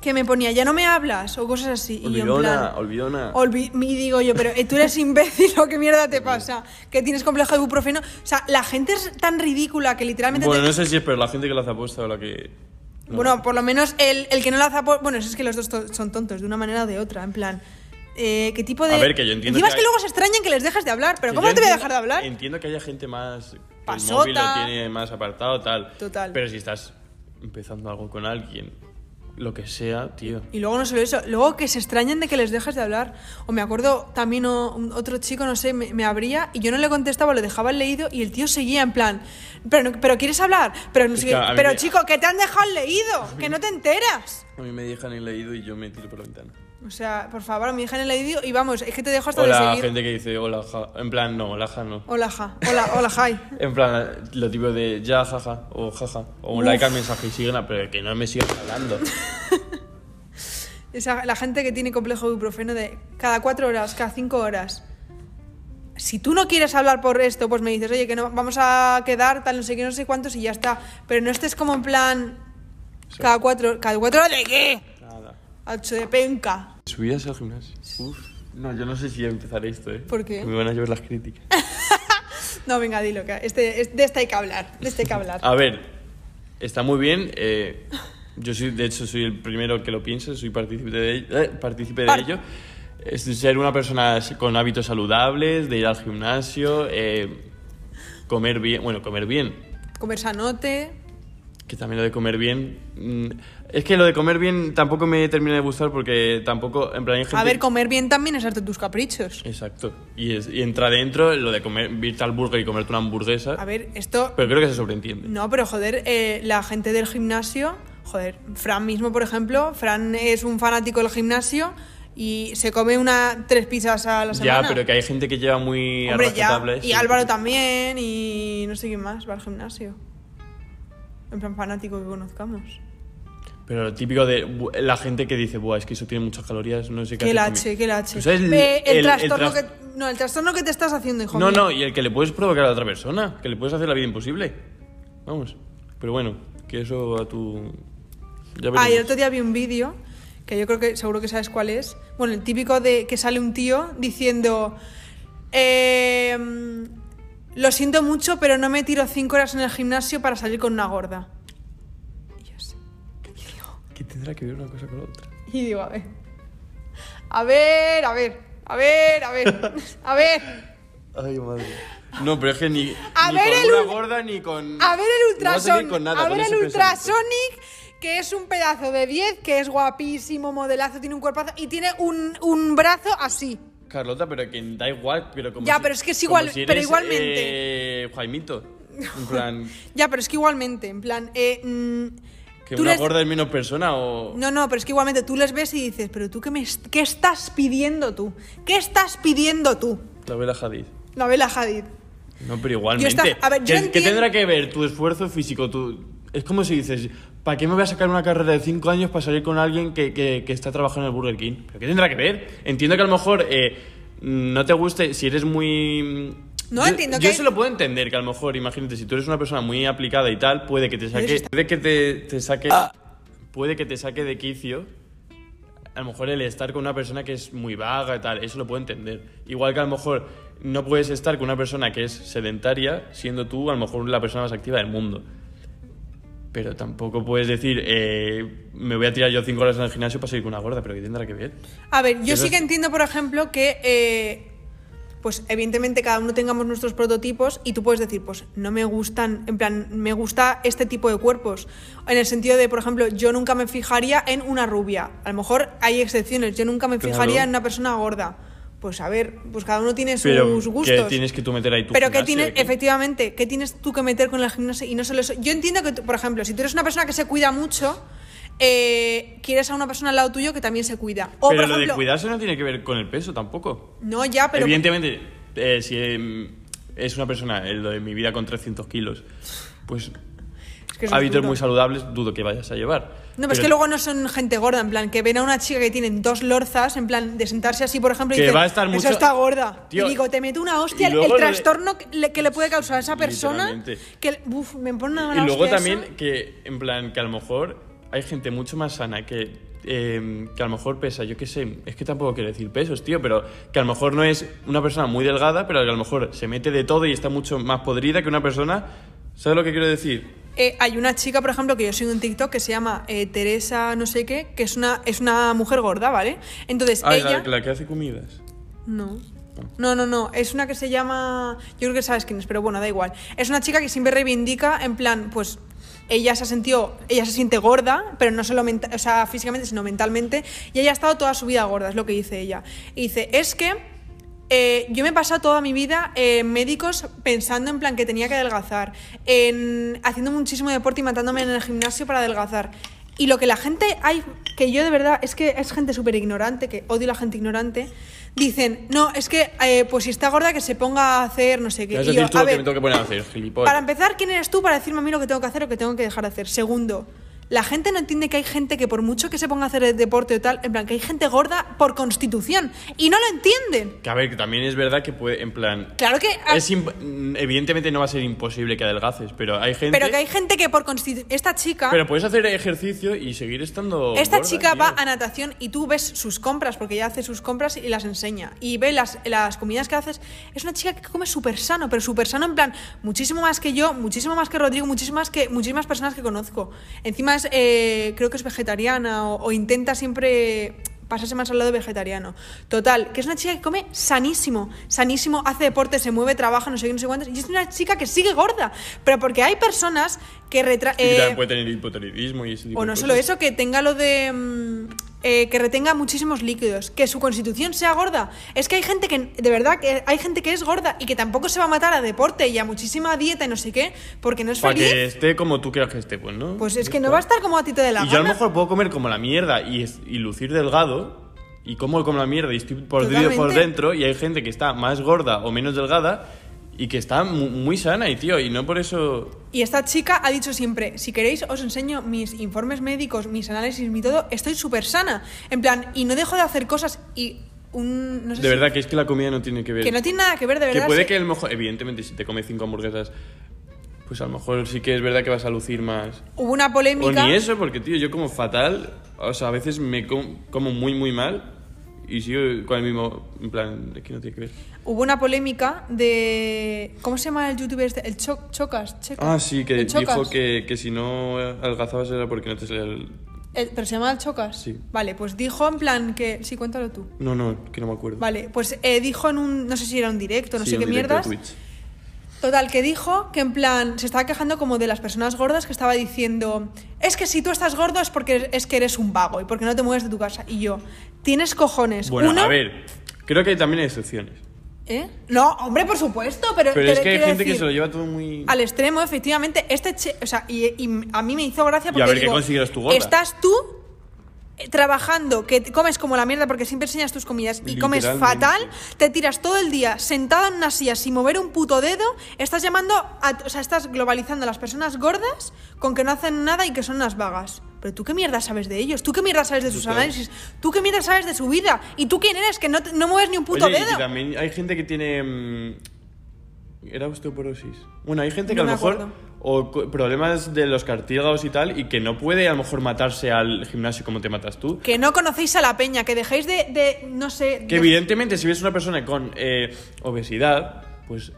S2: que me ponía, ya no me hablas, o cosas así. y yo, en plan,
S1: Olvidona, olvidona.
S2: Olvi- y digo yo, pero eh, tú eres imbécil o qué mierda te pasa, que tienes complejo de ibuprofeno. O sea, la gente es tan ridícula que literalmente...
S1: Bueno,
S2: te-
S1: no sé si es, pero la gente que las ha puesto o la que. no.
S2: Bueno, por lo menos el, el que no la hace... por- Bueno, es que los dos to- son tontos, de una manera o de otra, en plan... eh, ¿Qué tipo de...?
S1: A ver, que yo entiendo
S2: Encima
S1: que
S2: es que
S1: hay-
S2: luego se extrañan que les dejas de hablar, pero
S1: Que
S2: ¿cómo
S1: yo
S2: te voy a
S1: entiendo-
S2: dejar de hablar?
S1: Entiendo que haya gente más. que
S2: Pasota.
S1: El móvil lo tiene más apartado, tal.
S2: Total.
S1: Pero si estás empezando algo con alguien, lo que sea, tío.
S2: Y luego no solo eso, luego que se extrañen de que les dejes de hablar. O me acuerdo también o- un- otro chico, no sé, me, me abría y yo no le contestaba, lo dejaba el leído y el tío seguía en plan, pero, no- pero quieres hablar, pero no
S1: Es
S2: sé
S1: que
S2: qué".
S1: a mí
S2: pero
S1: me-
S2: chico, que te han dejado el leído, que no te enteras.
S1: A mí me dejan el leído y yo me tiro por la ventana.
S2: O sea, por favor, me dejan el leído y vamos, es que te dejo hasta
S1: O la
S2: de seguir.
S1: gente que dice, hola, ja. En plan, no, hola, ja, no.
S2: Hola, ja. Hola, hola, hi.
S1: En plan, lo tipo de ya, jaja, o jaja, o un
S2: Uf.
S1: like al mensaje y siguen, a- pero que no me sigan hablando.
S2: Esa- la gente que tiene complejo de ibuprofeno de cada cuatro horas, cada cinco horas. Si tú no quieres hablar por esto, pues me dices, oye, que no, vamos a quedar tal, no sé qué, no sé cuántos y ya está. Pero no estés como en plan. Cada cuatro, cada cuatro horas de qué?
S1: Nada.
S2: A ocho de penca.
S1: ¿Subidas al gimnasio? Uf. No, yo no sé si empezar esto, ¿eh?
S2: ¿Por qué?
S1: Me van a llevar las críticas.
S2: No, venga, dilo, que este, es- de esta hay que hablar. De esta hay que hablar.
S1: A ver, está muy bien. eh, yo soy, de hecho, soy el primero que lo piensa, soy partícipe de, ello- eh, partícipe de
S2: Par-
S1: ello. Es ser una persona s- con hábitos saludables, de ir al gimnasio, eh, comer bien, bueno, comer bien,
S2: Comer sanote.
S1: que también lo de comer bien. mm, Es que lo de comer bien tampoco me termina de gustar porque tampoco, en plan, hay gente...
S2: A ver, comer bien también es harte tus caprichos.
S1: Exacto. Y, es- y entra dentro lo de comer, irte al burger y comerte una hamburguesa.
S2: A ver, esto
S1: Pero creo que se sobreentiende.
S2: No, pero joder, eh, la gente del gimnasio, joder, Fran mismo, por ejemplo, Fran es un fanático del gimnasio y se come una tres pizzas a la semana.
S1: Ya, pero que hay gente que lleva muy a
S2: Hombre,
S1: raja
S2: ya.
S1: tabla eso.
S2: Y Álvaro también y no sé quién más va al gimnasio. En plan fanático que conozcamos.
S1: Pero lo típico de bu- la gente que dice, Buah, es que eso tiene muchas calorías, no sé qué.
S2: Que el
S1: hace
S2: H,
S1: conmigo".
S2: que el H.
S1: ¿Tú sabes
S2: Eh, el,
S1: el- el
S2: trastorno
S1: tras-
S2: que No, el trastorno que te estás haciendo, hijo
S1: No,
S2: mío.
S1: no, y el que le puedes provocar a otra persona, que le puedes hacer la vida imposible. Vamos. Pero bueno, que eso a tu. Ya
S2: Ah, y el
S1: veremos.
S2: otro día vi un vídeo que yo creo que seguro que sabes cuál es. Bueno, el típico de que sale un tío diciendo. ehm, lo siento mucho, pero no me tiro cinco horas en el gimnasio para salir con una gorda. Y yo así, y digo-
S1: ¿Qué tendrá que ver una cosa con la otra?
S2: Y digo, a ver. A ver, a ver. A ver, a ver. A ver.
S1: Ay, madre. No, pero es que ni,
S2: A
S1: ni
S2: ver
S1: con
S2: el
S1: una
S2: ul-
S1: gorda ni con.
S2: A ver el
S1: no vas a salir
S2: Ultrasonic.
S1: con nada,
S2: a
S1: con
S2: ver
S1: ese
S2: el
S1: pensamiento.
S2: Ultrasonic, que es un pedazo de 10, que es guapísimo, modelazo, tiene un cuerpazo y tiene un, un brazo así.
S1: Carlota, pero que da igual, pero como
S2: Ya,
S1: si-
S2: pero es que es
S1: como
S2: igual-
S1: si
S2: pero
S1: eres,
S2: igualmente.
S1: eh, Jaimito. En plan,
S2: Ya, pero es que igualmente, en plan. eh, mm,
S1: que
S2: tú
S1: una
S2: les-
S1: gorda es menos persona o.
S2: No, no, pero es que igualmente tú les ves y dices, pero tú qué, me est- qué estás pidiendo tú? ¿Qué estás pidiendo tú?
S1: La vela Hadid.
S2: La Bella Hadid.
S1: No, pero igualmente.
S2: esta- a ver, yo
S1: ¿qué,
S2: entiendo-
S1: qué tendrá que ver tu esfuerzo físico? Tu... Es como si dices, ¿para qué me voy a sacar una carrera de 5 años para salir con alguien que, que- que está trabajando en el Burger King? ¿Pero qué tendrá que ver? Entiendo que a lo mejor eh, no te guste, si eres muy...
S2: No,
S1: yo,
S2: entiendo
S1: yo
S2: que-
S1: eso lo puedo entender, que a lo mejor, imagínate, si tú eres una persona muy aplicada y tal, puede que te saque...
S2: está- Ah.
S1: Puede que te, te saque... Puede que te saque de quicio a lo mejor el estar con una persona que es muy vaga y tal, eso lo puedo entender. Igual que a lo mejor no puedes estar con una persona que es sedentaria, siendo tú a lo mejor la persona más activa del mundo. Pero tampoco puedes decir, eh, me voy a tirar yo cinco horas en el gimnasio para seguir con una gorda, pero ¿qué tendrá que ver?
S2: A ver, yo
S1: Eso
S2: sí
S1: es-
S2: que entiendo, por ejemplo, que. eh, pues evidentemente cada uno tengamos nuestros prototipos y tú puedes decir, pues no me gustan, en plan, me gusta este tipo de cuerpos. En el sentido de, por ejemplo, yo nunca me fijaría en una rubia. A lo mejor hay excepciones, yo nunca me
S1: Claro.
S2: fijaría en una persona gorda. Pues a ver, pues cada uno tiene sus
S1: Pero
S2: gustos.
S1: que tienes que tú meter ahí tu
S2: Pero que
S1: gimnasio,
S2: tienes,
S1: ¿qué?
S2: efectivamente, ¿qué tienes tú que meter con el gimnasio? Y no solo eso. Yo entiendo que, tú, por ejemplo, si tú eres una persona que se cuida mucho, eh, quieres a una persona al lado tuyo que también se cuida. O,
S1: pero
S2: por
S1: lo de
S2: ejemplo,
S1: cuidarse no tiene que ver con el peso tampoco.
S2: No, ya, pero.
S1: Evidentemente, eh, si eh, es una persona, eh, lo de mi vida con 300 kilos, pues
S2: es que eso es
S1: hábitos
S2: duro.
S1: muy saludables dudo que vayas a llevar.
S2: No, pero es que luego no son gente gorda, en plan, que ven a una chica que tienen dos lorzas, en plan, de sentarse así, por ejemplo, y
S1: Que
S2: dicen,
S1: va a estar mucho-
S2: eso está gorda.
S1: Tío,
S2: y digo, te meto una hostia,
S1: y
S2: el-
S1: luego
S2: el
S1: lo de-
S2: trastorno que le, que le puede causar a esa persona,
S1: Literalmente.
S2: que, uf, me pone una
S1: Y
S2: mala
S1: luego
S2: hostia
S1: también
S2: esa.
S1: que, en plan, que a lo mejor hay gente mucho más sana que, eh, que a lo mejor pesa, yo qué sé, es que tampoco quiero decir pesos, tío, pero que a lo mejor no es una persona muy delgada, pero que a lo mejor se mete de todo y está mucho más podrida que una persona. ¿Sabes lo que quiero decir?
S2: Eh, hay una chica, por ejemplo, que yo sigo en TikTok que se llama eh, Teresa no sé qué, que es una, es una mujer gorda, ¿vale? Entonces
S1: Ah,
S2: ella...
S1: la, la que hace comidas.
S2: No. No, no, no. Es una que se llama. Yo creo que sabes quién es, pero bueno, da igual. Es una chica que siempre reivindica, en plan, pues. Ella se ha sentido, ella se siente gorda, pero no solo menta- o sea, físicamente, sino mentalmente, y ella ha estado toda su vida gorda, es lo que dice ella. Y dice, es que eh, yo me he pasado toda mi vida en médicos pensando en plan que tenía que adelgazar, en haciendo muchísimo deporte y matándome en el gimnasio para adelgazar. Y lo que la gente hay, que yo de verdad, es que es gente súper ignorante, que odio la gente ignorante, dicen, no, es que eh, pues si está gorda que se ponga a hacer no sé qué.
S1: Es
S2: Y yo,
S1: decir, tú
S2: a
S1: lo que
S2: ver,
S1: me tengo que poner a hacer, gilipollas.
S2: para empezar, ¿quién eres tú para decirme a mí lo que tengo que hacer o que tengo que dejar de hacer? Segundo, la gente no entiende que hay gente que por mucho que se ponga a hacer deporte o tal, en plan, que hay gente gorda por constitución y no lo entienden.
S1: Que a ver, que también es verdad que puede, en plan...
S2: Claro que...
S1: Es imp- mm, evidentemente no va a ser imposible que adelgaces, pero hay gente...
S2: Pero que hay gente que por constitución... Esta chica...
S1: Pero puedes hacer ejercicio y seguir estando...
S2: Esta
S1: gorda,
S2: chica
S1: tío.
S2: va a natación y tú ves sus compras, porque ella hace sus compras y las enseña. Y ve las, las comidas que haces. Es una chica que come súper sano, pero súper sano en plan, muchísimo más que yo, muchísimo más que Rodrigo, muchísimo más que, muchísimas personas que conozco. Encima es, eh, creo que es vegetariana o, o intenta siempre pasarse más al lado vegetariano. Total, que es una chica que come sanísimo, sanísimo, hace deporte, se mueve, trabaja, no sé qué, no sé cuántos. Y es una chica que sigue gorda, pero porque hay personas que retra...
S1: Y que
S2: eh,
S1: también puede tener hipotiroidismo y ese tipo
S2: o
S1: de
S2: no
S1: cosas.
S2: solo eso, que tenga lo de. mm, eh, que retenga muchísimos líquidos, que su constitución sea gorda. Es que hay gente que, de verdad, que hay gente que es gorda y que tampoco se va a matar a deporte y a muchísima dieta y no sé qué, porque no es
S1: Para
S2: feliz.
S1: que esté como tú quieras que esté, pues, ¿no?
S2: Pues es
S1: Ya
S2: que no
S1: está.
S2: va a estar como a ti te de la
S1: Y yo a lo
S2: gana.
S1: mejor puedo comer como la mierda y, es- y lucir delgado, y como como la mierda y estoy por,
S2: Totalmente.
S1: por dentro, y hay gente que está más gorda o menos delgada y que está mu- muy, sana, y tío, y no por eso...
S2: Y esta chica ha dicho siempre, si queréis os enseño mis informes médicos, mis análisis, mi todo, estoy súper sana. En plan, y no dejo de hacer cosas y un. No sé
S1: de
S2: si-
S1: verdad que es que la comida no tiene que ver.
S2: Que no tiene nada que ver, de
S1: Que
S2: verdad.
S1: puede
S2: sí.
S1: que a lo mejor, evidentemente, si te comes cinco hamburguesas, pues a lo mejor sí que es verdad que vas a lucir más.
S2: Hubo una
S1: O
S2: polémica.
S1: ni eso, porque, tío, yo como fatal, o sea, a veces me com- como muy, muy mal y sigo con el mismo, en plan, es que no tiene que ver.
S2: Hubo una polémica de. ¿Cómo se llama el youtuber este? El Cho- Chocas. Checas.
S1: Ah, sí, que
S2: El
S1: dijo
S2: Chocas.
S1: que, que si no algazabas era porque no te salía el...
S2: El- ¿Pero se llama el Chocas?
S1: Sí.
S2: Vale, pues dijo en plan que. Sí, cuéntalo tú.
S1: No, no, que no me acuerdo.
S2: Vale, pues eh, dijo en un. No sé si era un directo, no
S1: Sí,
S2: sé
S1: un
S2: qué
S1: directo de
S2: mierdas.
S1: Twitch.
S2: Total, que dijo que en plan se estaba quejando como de las personas gordas que estaba diciendo, es que si tú estás gordo es porque es que eres un vago y porque no te mueves de tu casa. Y yo, tienes cojones.
S1: Bueno,
S2: Uno-
S1: a ver, creo que también hay excepciones.
S2: ¿Eh? No, hombre, por supuesto, pero...
S1: Pero es que hay
S2: quiero
S1: gente que
S2: decir,
S1: se lo lleva todo muy...
S2: Al extremo, efectivamente, este... che- o sea, y, y a mí me hizo
S1: Y
S2: gracia
S1: a
S2: porque...
S1: ver qué
S2: digo,
S1: consigues tú gorda.
S2: Estás tú eh, trabajando, que te comes como la mierda porque siempre enseñas tus comidas y comes
S1: Literalmente.
S2: fatal, te tiras todo el día sentado en una silla sin mover un puto dedo, estás llamando, a, o sea, estás globalizando a las personas gordas con que no hacen nada y que son unas vagas. Pero tú qué mierda sabes de ellos, tú qué mierda sabes de sus
S1: Total.
S2: análisis, tú qué mierda sabes de su vida y tú quién eres que no, te- no mueves ni un puto
S1: Oye, y-
S2: dedo.
S1: Y también hay gente que tiene. mm, Era osteoporosis. Bueno, hay gente que
S2: No
S1: a lo
S2: me
S1: mejor.
S2: acuerdo.
S1: O co- problemas de los cartílagos y tal, y que no puede a lo mejor matarse al gimnasio como te matas tú.
S2: Que no conocéis a la peña, que dejéis de, de, no sé...
S1: Que
S2: de-
S1: evidentemente, si ves una persona con eh, obesidad, pues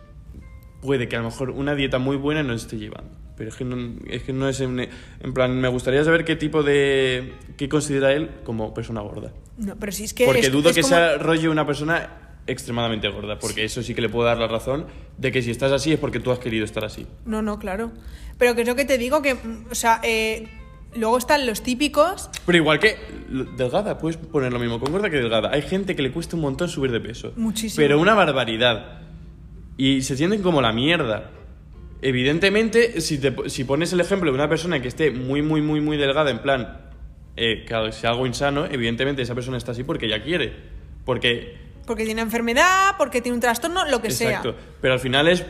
S1: puede que a lo mejor una dieta muy buena no esté llevando. Pero es que no es, que no es en, en plan, me gustaría saber qué tipo de. qué considera él como persona gorda.
S2: No, pero si es que...
S1: Porque
S2: es-
S1: dudo
S2: es
S1: que
S2: como-
S1: sea rollo una persona extremadamente gorda, porque eso sí que le puedo dar la razón de que si estás así es porque tú has querido estar así.
S2: No, no, claro. Pero que es lo que te digo, que, mm, o sea, eh, luego están los típicos.
S1: Pero igual que lo- delgada, puedes poner lo mismo con gorda que delgada. Hay gente que le cuesta un montón subir de peso.
S2: Muchísimo.
S1: Pero una barbaridad. Y se sienten como la mierda. Evidentemente, si, te po- si pones el ejemplo de una persona que esté muy, muy, muy, muy delgada, en plan, eh, que sea algo insano, evidentemente esa persona está así porque ya quiere. Porque
S2: Porque tiene enfermedad, porque tiene un trastorno, lo que
S1: Exacto.
S2: sea.
S1: Pero al final es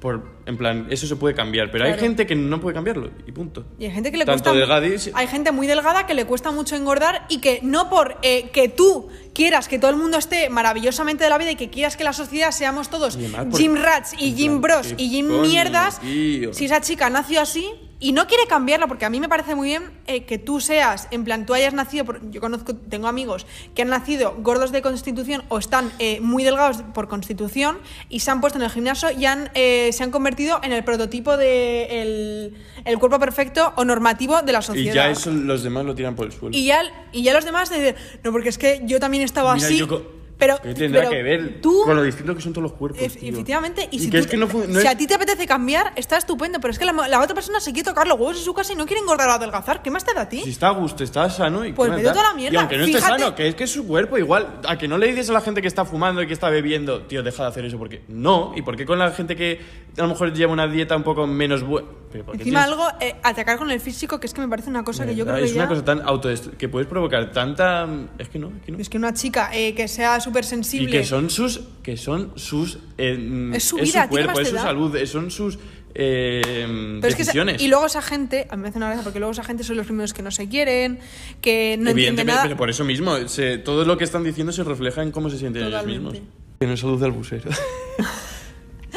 S1: por en plan, eso se puede cambiar, pero hay
S2: Claro.
S1: gente que no puede cambiarlo y punto.
S2: Y hay gente que le
S1: Tanto
S2: cuesta.
S1: delgadis-
S2: Hay gente muy delgada que le cuesta mucho engordar y que no por eh, que tú quieras que todo el mundo esté maravillosamente de la vida y que quieras que la sociedad seamos todos
S1: Y además por-
S2: gym rats y
S1: en
S2: gym
S1: plan,
S2: bros
S1: ¿qué
S2: y gym
S1: coño,
S2: mierdas,
S1: tío?
S2: si esa chica nació así y no quiere cambiarlo, porque a mí me parece muy bien eh, que tú seas, en plan, tú hayas nacido, por- yo conozco, tengo amigos que han nacido gordos de constitución o están eh, muy delgados por constitución y se han puesto en el gimnasio y han, eh, se han convertido en el prototipo de el, el cuerpo perfecto o normativo de la sociedad.
S1: Y ya eso los demás lo tiran por el suelo.
S2: Y ya, y ya los demás dicen, no, porque es que yo también estaba
S1: Mira,
S2: así.
S1: yo co-
S2: pero,
S1: ¿Qué tendrá
S2: pero
S1: que ver
S2: tú,
S1: con lo distinto que son todos los cuerpos.
S2: Ef-
S1: tío?
S2: Efectivamente, y, si,
S1: que
S2: tú
S1: es que
S2: te-
S1: no fu- no
S2: si
S1: es-
S2: a ti te apetece cambiar, está estupendo, pero es que la, la otra persona se quiere tocar los huevos en su casa y no quiere engordar o adelgazar. ¿Qué más te da a ti?
S1: Si está a gusto, está sano y
S2: Pues
S1: qué más
S2: vete
S1: da?
S2: toda la mierda,
S1: Y aunque no esté
S2: fíjate-
S1: sano, que es que es su cuerpo igual. A que no le dices a la gente que está fumando y que está bebiendo, tío, deja de hacer eso porque no. Y porque con la gente que a lo mejor lleva una dieta un poco menos buena.
S2: Encima algo, eh, atacar con el físico, que es que me parece una cosa que yo creo
S1: es
S2: que
S1: una
S2: ya-
S1: cosa tan autodestructiva que puedes provocar tanta es que no, es que no.
S2: Es que una chica eh, que sea súper sensible...
S1: y que son sus que son sus eh,
S2: Es su vida, ¿a ti qué más
S1: cuerpo,
S2: te
S1: es su
S2: da?
S1: salud, eh, son sus eh,
S2: Pero es que esa-
S1: decisiones.
S2: y luego esa gente, a mí me hace una gracia porque luego esa gente son los primeros que no se quieren, que no entienden
S1: Evidentemente,
S2: nada.
S1: pero por eso mismo, se- todo lo que están diciendo se refleja en cómo se sienten ellos
S2: Totalmente.
S1: mismos. Que no salud al busero.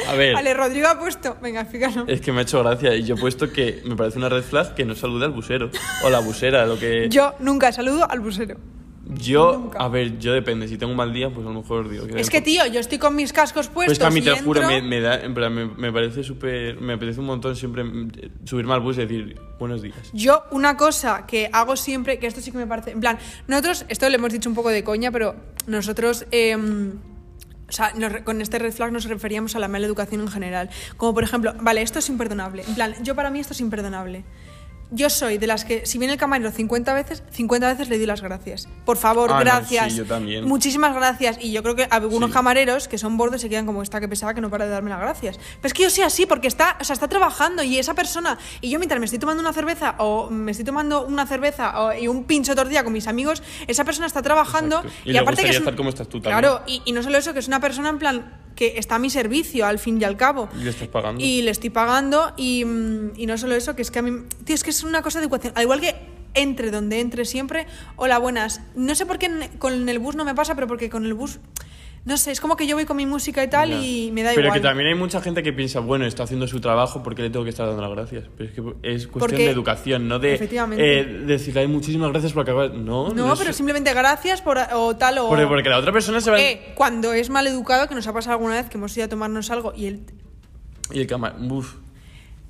S1: A ver,
S2: Vale, Rodrigo ha puesto... Venga, explícanos.
S1: es que me ha hecho gracia y yo he puesto que me parece una red flag que no saluda al busero o la busera, lo que
S2: Yo nunca saludo al busero.
S1: yo,
S2: nunca.
S1: a ver, yo depende, si tengo un mal día, pues a lo mejor digo
S2: Es que, tío, yo estoy con mis cascos puestos
S1: Pues que a mí
S2: y
S1: te lo juro, me,
S2: entro-
S1: me da, en plan, me, me parece súper. Me apetece un montón siempre mm, subirme al bus y decir buenos días.
S2: Yo una cosa que hago siempre, que esto sí que me parece, en plan, nosotros, esto le hemos dicho un poco de coña, pero nosotros... em, o sea, nos re- con este red flag nos referíamos a la mala educación en general. Como por ejemplo, vale, esto es imperdonable. En plan, yo para mí esto es imperdonable. Yo soy de las que, si viene el camarero 50 veces, 50 veces le doy las gracias. Por favor,
S1: Ah, no,
S2: gracias.
S1: sí, yo también.
S2: Muchísimas gracias. Y yo creo que algunos
S1: Sí.
S2: camareros que son bordes se quedan como esta que pensaba que no para de darme las gracias. Pero es que yo soy así porque está, o sea, está trabajando y esa persona y yo mientras me estoy tomando una cerveza o me estoy tomando una cerveza o- y un pincho de tortilla con mis amigos, esa persona está trabajando
S1: Exacto. Y le gustaría estar como estás tú también.
S2: Claro, y, y no solo eso, que es una persona en plan que está a mi servicio al fin y al cabo.
S1: Y le estás pagando.
S2: Y le estoy pagando y, mm, y no solo eso, que es que a mí... Tío, es que es una cosa de educación. Al igual que entre donde entre siempre, hola, buenas. No sé por qué en- con el bus no me pasa, pero porque con el bus, no sé, es como que yo voy con mi música y tal
S1: Ya.
S2: y me da
S1: Pero
S2: igual.
S1: que también hay mucha gente que piensa, bueno, está haciendo su trabajo, ¿por qué le tengo que estar dando las gracias? Pero es que es cuestión
S2: Porque-
S1: de educación, no de
S2: Efectivamente.
S1: eh, decirle, "Ay, muchísimas gracias por acabar. No,
S2: no,
S1: es-
S2: pero simplemente gracias por, o tal o...
S1: Porque, porque la otra persona se va.
S2: Eh, cuando es mal educado, que nos ha pasado alguna vez que hemos ido a tomarnos algo y el...
S1: Y el cama, uf,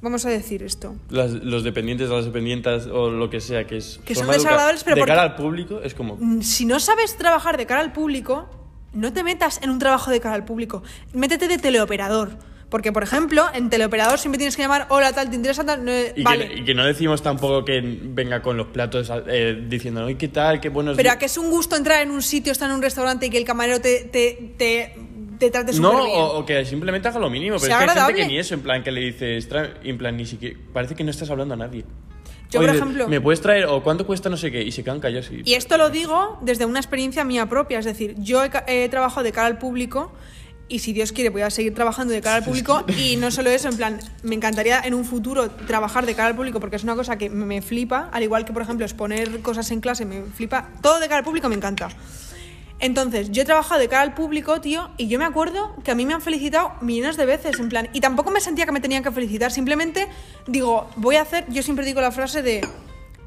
S2: Vamos a decir esto.
S1: las- los dependientes, las dependientas o lo que sea, que es.
S2: Que
S1: son
S2: son
S1: mal educa-
S2: desagradables, pero
S1: De
S2: porque-
S1: cara al público es como.
S2: Mm, Si no sabes trabajar de cara al público, no te metas en un trabajo de cara al público. Métete de teleoperador. Porque, por ejemplo, en teleoperador siempre tienes que llamar, hola, tal, te interesa tal. No, eh,
S1: Y,
S2: vale.
S1: que, y que no decimos tampoco que venga con los platos eh, diciendo, "Ay, ¿qué tal? ¿Qué buenos
S2: Pero
S1: di-".
S2: a que es un gusto entrar en un sitio, estar en un restaurante y que el camarero te, te, te, te trate súper
S1: No,
S2: bien.
S1: o, o que simplemente haga lo mínimo. Pero es
S2: Sea
S1: que hay gente
S2: agradable.
S1: que ni eso, en plan, que le dices, "Tra- en plan, ni siquiera. Parece que no estás hablando a nadie.
S2: Yo,
S1: O
S2: por
S1: dices,
S2: ejemplo-
S1: ¿Me puedes traer? ¿O cuánto cuesta no sé qué? Y se quedan callados.
S2: Y esto lo digo desde una experiencia mía propia, es decir, yo he, ca- he trabajado de cara al público y si Dios quiere voy a seguir trabajando de cara al público y no solo eso, en plan, me encantaría en un futuro trabajar de cara al público porque es una cosa que me flipa, al igual que por ejemplo exponer cosas en clase me flipa, todo de cara al público me encanta. Entonces, yo he trabajado de cara al público, tío, y yo me acuerdo que a mí me han felicitado millones de veces, en plan, y tampoco me sentía que me tenían que felicitar, simplemente digo, voy a hacer, yo siempre digo la frase de,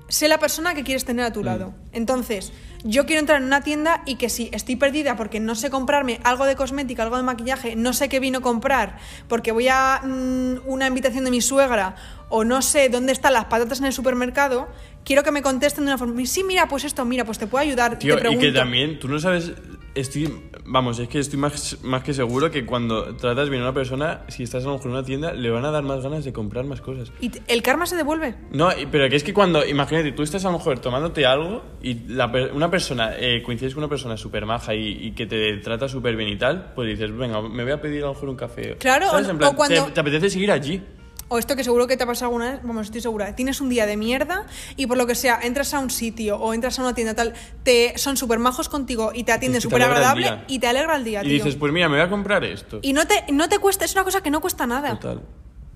S2: sé la persona que quieres tener a tu
S1: Mm.
S2: lado. Entonces, yo quiero entrar en una tienda y que si estoy perdida porque no sé comprarme algo de cosmética, algo de maquillaje, no sé qué vino comprar, porque voy a mm, una invitación de mi suegra o no sé dónde están las patatas en el supermercado, quiero que me contesten de una forma, sí, mira, pues esto, mira, pues te puedo ayudar,
S1: Tío,
S2: te
S1: y que
S2: pregunto".
S1: también, tú no sabes, estoy, vamos, es que estoy más, más que seguro que cuando tratas bien a una persona, si estás a lo mejor en una tienda, le van a dar más ganas de comprar más cosas.
S2: Y t- el karma se devuelve.
S1: No, y- pero que es que cuando, imagínate, tú estás a lo mejor tomándote algo y la per- una persona, eh, coincides con una persona súper maja y, y que te trata súper bien y tal, pues dices, venga, me voy a pedir a lo mejor un café.
S2: Claro,
S1: ¿Sabes?
S2: o-
S1: En plan,
S2: o cuando-
S1: te, te apetece seguir allí.
S2: O esto que seguro que te ha pasado alguna vez, vamos, estoy segura, tienes un día de mierda y por lo que sea, entras a un sitio o entras a una tienda tal, te son súper majos contigo y te atienden
S1: que te
S2: súper
S1: alegra el
S2: agradable
S1: día.
S2: y te alegra el día,
S1: Y
S2: tío.
S1: dices, pues mira, me voy a comprar esto.
S2: Y no te, no te cuesta, es una cosa que no cuesta nada.
S1: Total.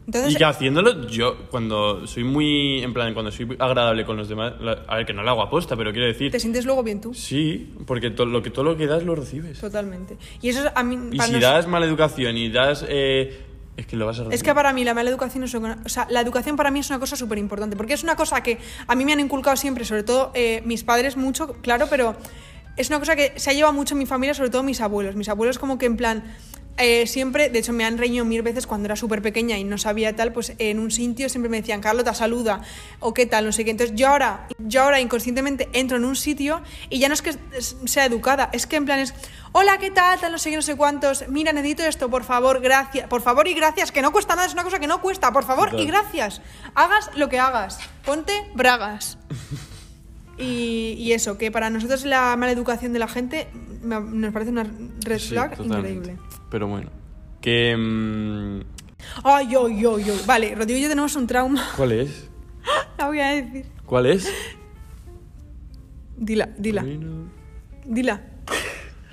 S2: Entonces,
S1: y que haciéndolo, yo cuando soy muy, en plan, cuando soy agradable con los demás, la- a ver, que no lo hago aposta, pero quiero decir,
S2: te sientes luego bien tú,
S1: sí, porque to- lo que, todo lo que das lo recibes.
S2: totalmente. Y eso es a mí...
S1: Y
S2: para
S1: si
S2: nos-
S1: das mala educación y das, eh, es que lo vas a recibir.
S2: Es que para mí la mala educación es una, o sea, la educación para mí es una cosa súper importante, porque es una cosa que a mí me han inculcado siempre, sobre todo eh, mis padres mucho, claro, pero es una cosa que se ha llevado mucho en mi familia, sobre todo mis abuelos. Mis abuelos como que en plan... eh, siempre, de hecho me han reñido mil veces cuando era súper pequeña y no sabía tal, pues en un sitio siempre me decían, Carlota, saluda, o qué tal, no sé qué. Entonces yo ahora, yo ahora inconscientemente entro en un sitio y ya no es que es- sea educada, es que en plan es, hola, ¿qué tal? Tal, no sé qué, no sé cuántos, mira, necesito esto, por favor, gracias, por favor y gracias, que no cuesta nada, es una cosa que no cuesta, por favor
S1: Total.
S2: y gracias. Hagas lo que hagas, ponte bragas. Y, y eso, que para nosotros la mala educación de la gente me- nos parece una red
S1: Sí,
S2: flag
S1: totalmente.
S2: increíble.
S1: Pero bueno, que... mm,
S2: Ay, yo, yo, yo. Vale, Rodrigo y yo tenemos un trauma.
S1: ¿Cuál es?
S2: La voy a decir.
S1: ¿Cuál es?
S2: Dila, dila,
S1: Bueno,
S2: dila.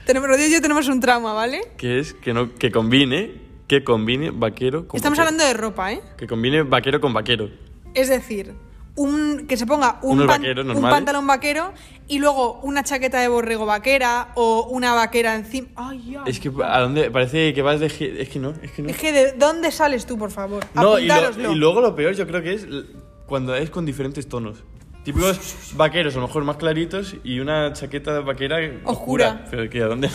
S2: Tenemos, Rodrigo y yo tenemos un trauma, ¿vale?
S1: Que es que, no, que combine, que combine vaquero con
S2: Estamos
S1: vaquero.
S2: hablando de ropa, ¿eh?
S1: Que combine vaquero con vaquero.
S2: Es decir, un, que se ponga un,
S1: Unos
S2: pan-
S1: vaqueros
S2: un
S1: normales.
S2: pantalón vaquero y luego una chaqueta de borrego vaquera o una vaquera encima. Ay, ya.
S1: Es que a dónde parece que vas de... gi- Es que no, es que no.
S2: Ah. Es que ¿de dónde sales tú, por favor?
S1: No, y, lo-
S2: Apuntároslo.
S1: y luego lo peor yo creo que es l- cuando es con diferentes tonos. Típicos vaqueros, a lo mejor más claritos, y una chaqueta vaquera oscura.
S2: Oscura.
S1: Pero que a dónde...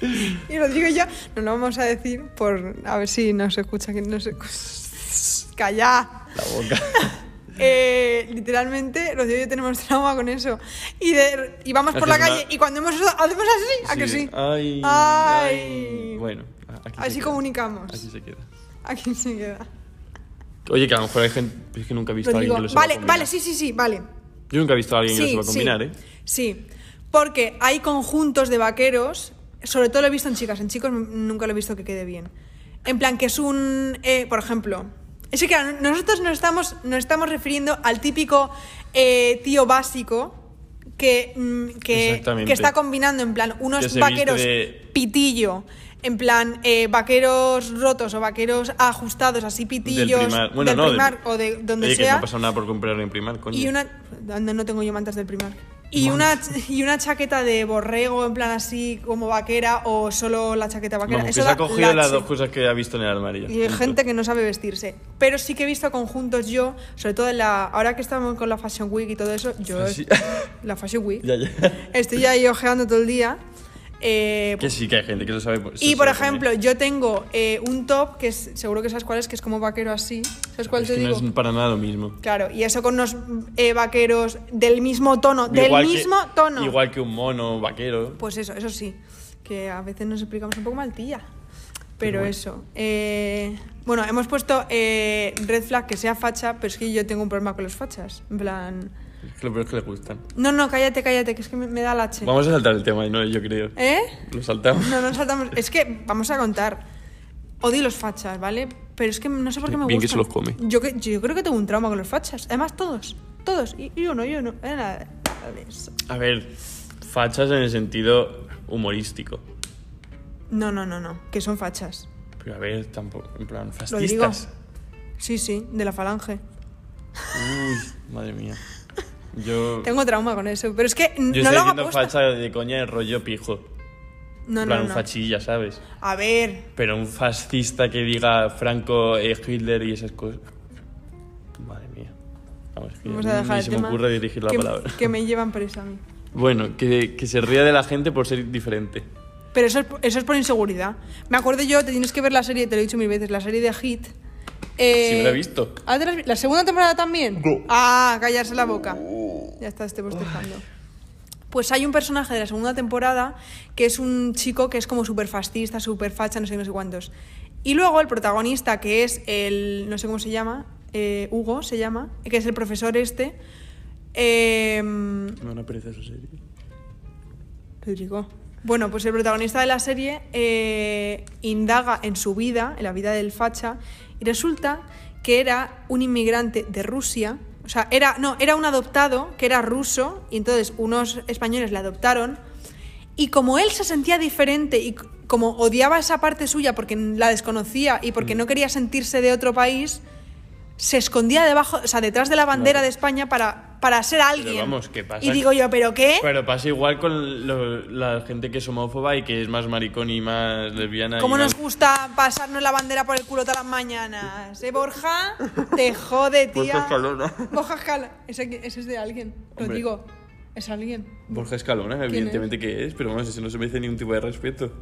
S2: Y lo digo ya, no lo vamos a decir por a ver si nos escucha que no se calla.
S1: La boca.
S2: Eh, literalmente, los de hoy tenemos trauma con eso. Y, de- y vamos por la
S1: Haces
S2: calle
S1: una-
S2: y cuando hemos hacemos así, ¿a Ah, que sí?
S1: Ay,
S2: Ay.
S1: ay. Bueno, a- aquí se
S2: Así
S1: queda.
S2: comunicamos.
S1: Aquí se queda.
S2: Aquí se queda.
S1: Oye, que a lo mejor hay gente... Es que nunca he visto a alguien
S2: Rodrigo,
S1: que lo sepa
S2: vale,
S1: combinar.
S2: vale, sí, sí, sí, vale.
S1: Yo nunca he visto a alguien que
S2: Sí,
S1: lo sepa
S2: sí,
S1: combinar, ¿eh?
S2: sí. Porque hay conjuntos de vaqueros, sobre todo lo he visto en chicas, en chicos n- nunca lo he visto que quede bien. En plan, que es un. eh, por ejemplo. Es que claro, nosotros nos estamos, nos estamos refiriendo al típico eh, tío básico que, mm, que,
S1: Exactamente.
S2: que está combinando en plan unos
S1: se
S2: vaqueros
S1: viste de-
S2: pitillo, en plan eh, vaqueros rotos o vaqueros ajustados así pitillos
S1: Primar. Bueno, no, del-
S2: Primark o de donde
S1: Oye, que no
S2: sea.
S1: ha pasado nada por comprar en Primark, coño.
S2: Y una. ¿Dónde no tengo yo mantas del primar? Y una, y una chaqueta de borrego, en plan así como vaquera, o solo la chaqueta vaquera.
S1: Vamos, que se
S2: Eso
S1: ha
S2: da
S1: cogido las
S2: lache.
S1: dos cosas que ha visto en el armario.
S2: Y hay gente que no sabe vestirse. Pero sí que he visto conjuntos yo, sobre todo en la. Ahora que estamos con la Fashion Week y todo eso, yo.
S1: Ah, Sí.
S2: La Fashion Week.
S1: Ya, ya.
S2: Estoy ahí ojeando todo el día. eh,
S1: Que sí, que hay gente que lo sabe. pues,
S2: y
S1: se
S2: por
S1: sabe poner.
S2: ejemplo, yo tengo eh, un top que es- seguro que sabes cuál es, que es como vaquero así. ¿Sabes cuál
S1: es
S2: te
S1: que
S2: digo?
S1: No es para nada lo mismo.
S2: Claro, y eso con unos eh, vaqueros del mismo tono, del
S1: Igual que-
S2: mismo tono.
S1: Igual que un mono vaquero.
S2: Pues eso, eso sí, que a veces nos explicamos un poco mal, tía. Pero
S1: Pero bueno.
S2: eso. eh, bueno, hemos puesto eh, red flag que sea facha, pero es que yo tengo un problema con los fachas. En plan.
S1: Es que lo peor es que le gustan.
S2: No, no, cállate, cállate, que es que me, me da la che.
S1: Vamos a saltar el tema, no, yo creo.
S2: ¿Eh?
S1: Lo saltamos.
S2: No, no saltamos. Es que vamos a contar. Odio los fachas, ¿vale? Pero es que no sé por qué me
S1: Bien que se
S2: gustan.
S1: los come.
S2: Yo, que- yo creo que tengo un trauma con los fachas. Además, todos. Todos. Y y yo no, yo no. Eh, nada, nada de eso.
S1: A ver, fachas en el sentido humorístico.
S2: No, no, no, no. Que son fachas.
S1: Pero a ver, tampoco, en plan,
S2: Lo digo.
S1: fascistas.
S2: Sí, sí, de la falange.
S1: Uy, madre mía. Yo,
S2: Tengo trauma con eso. Pero es que n-
S1: yo
S2: no
S1: estoy
S2: lo hago
S1: diciendo
S2: aposta.
S1: facha de coña de rollo pijo.
S2: No,
S1: en
S2: no,
S1: plan,
S2: no.
S1: un fachilla, ¿sabes?
S2: A ver.
S1: Pero un fascista que diga Franco eh, Hitler y esas cosas. Madre mía. Vamos, que
S2: Vamos a dejar
S1: ni
S2: el
S1: se
S2: tema
S1: me ocurre dirigir la
S2: que,
S1: palabra.
S2: Que me llevan presa a mí.
S1: Bueno, que, que se ría de la gente por ser diferente.
S2: Pero eso es, eso es por inseguridad. Me acuerdo yo, te tienes que ver la serie, te lo he dicho mil veces, la serie de Hit. Eh,
S1: Sí, me la he visto.
S2: ¿Ah, te la has vi- ¿La segunda temporada también?
S1: No.
S2: Ah, callarse la boca. Ya está, este bostezando. Pues hay un personaje de la segunda temporada que es un chico que es como súper fascista, súper facha, no sé, qué, no sé cuántos. Y luego el protagonista, que es el, no sé cómo se llama, eh, Hugo se llama, que es el profesor este. em,
S1: Me da una pereza esa serie.
S2: Rodrigo. Bueno, pues el protagonista de la serie eh, indaga en su vida, en la vida del facha, y resulta que era un inmigrante de Rusia. O sea, era, no, era un adoptado que era ruso, y entonces unos españoles le adoptaron. Y como él se sentía diferente y c- como odiaba esa parte suya porque la desconocía y
S1: Mm.
S2: porque no quería sentirse de otro país, se escondía debajo, o sea, detrás de la bandera
S1: Claro.
S2: de España para, para ser alguien.
S1: vamos, ¿qué pasa?
S2: Y digo yo, ¿pero qué?
S1: Pero pasa igual con lo- la gente que es homófoba y que es más maricón y más lesbiana.
S2: ¿Cómo
S1: y
S2: nos
S1: más-
S2: gusta pasarnos la bandera por el culo todas las mañanas? ¿Eh, Borja? Te jode, tía.
S1: Borja Escalona.
S2: Borja Escalona. Ese, que- ese es de alguien. Lo
S1: Hombre.
S2: digo. Es alguien.
S1: Borja Escalona,
S2: es?
S1: evidentemente que es, pero vamos, eso no se merece ningún tipo de respeto.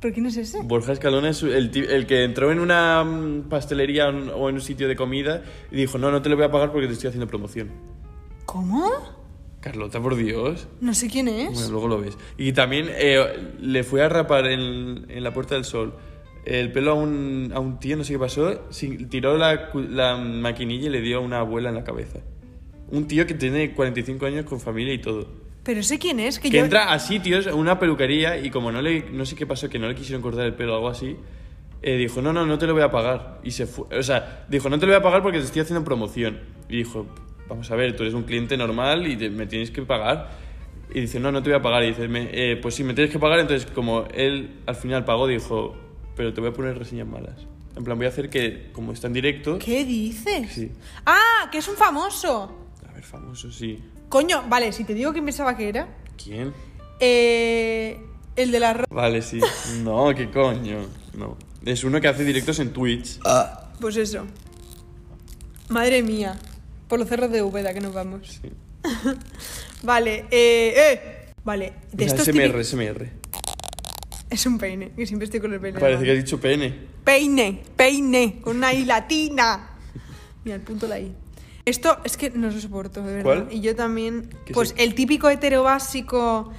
S2: ¿Pero quién es ese?
S1: Borja Escalona es el, ti- el que entró en una mm, pastelería o en- o en un sitio de comida y dijo, no, no te lo voy a pagar porque te estoy haciendo promoción.
S2: ¿Cómo?
S1: Carlota, por Dios.
S2: No sé quién es.
S1: Bueno, luego lo ves. Y también eh, le fue a rapar en, en la Puerta del Sol el pelo a un, a un tío, no sé qué pasó, sin- tiró la, cu- la maquinilla y le dio a una abuela en la cabeza. Un tío que tiene 45 años con familia y todo.
S2: Pero sé quién es. Que,
S1: Que
S2: yo...
S1: entra a sitios, a una peluquería, y como no le, no sé qué pasó, que no le quisieron cortar el pelo o algo así, eh, dijo, no, no, no te lo voy a pagar. Y se fue, o sea, dijo, no te lo voy a pagar porque te estoy haciendo promoción. Y dijo, vamos a ver, tú eres un cliente normal y te- me tienes que pagar. Y dice, no, no te voy a pagar. Y dice, "Me- eh, pues sí, me tienes que pagar. Entonces, como él al final pagó, dijo, pero te voy a poner reseñas malas. En plan, voy a hacer que, como está en directo...
S2: ¿Qué dices?
S1: Sí.
S2: Ah, que es un famoso.
S1: A ver, famoso, sí.
S2: Coño, vale, si te digo quién pensaba que era.
S1: ¿Quién?
S2: Eh, el de la ro-
S1: Vale, sí. No, qué coño. No. Es uno que hace directos en Twitch.
S2: Pues eso. Madre mía. Por los cerros de Úbeda que nos vamos.
S1: Pues Sí.
S2: Vale, eh, eh. Vale, de
S1: Mira,
S2: estos
S1: SMR,
S2: típicos-
S1: SMR.
S2: Es un peine, que siempre estoy con el peine.
S1: Parece que has dicho pene.
S2: Peine, peine, con una I latina. Mira, el punto la I. Esto es que no lo soporto, de verdad.
S1: ¿Cuál?
S2: Y yo también.
S1: ¿Qué
S2: Pues
S1: es?
S2: el típico hetero básico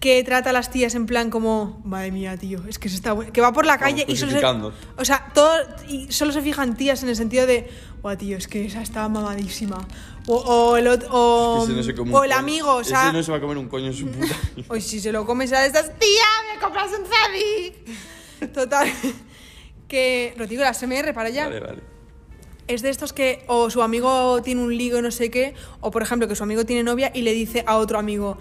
S2: que trata a las tías en plan como. Madre mía, tío, es que se está. bu-". Que va por la
S1: Vamos,
S2: calle y solo se.
S1: crucificando.
S2: O sea, todo, y solo se fijan tías en el sentido de. Buah, tío, es que esa está mamadísima. O, o el otro. O,
S1: Ese no se come
S2: o
S1: un
S2: el
S1: coño.
S2: amigo, o sea.
S1: Ese no se va a comer un coño en su puta. vida.
S2: Hoy si se lo comes será de estas, tía, me compras un Zadig. Total. Que, lo digo, la SMR para allá.
S1: Vale, vale.
S2: es de estos que o su amigo tiene un ligo no sé qué, o por ejemplo que su amigo tiene novia y le dice a otro amigo,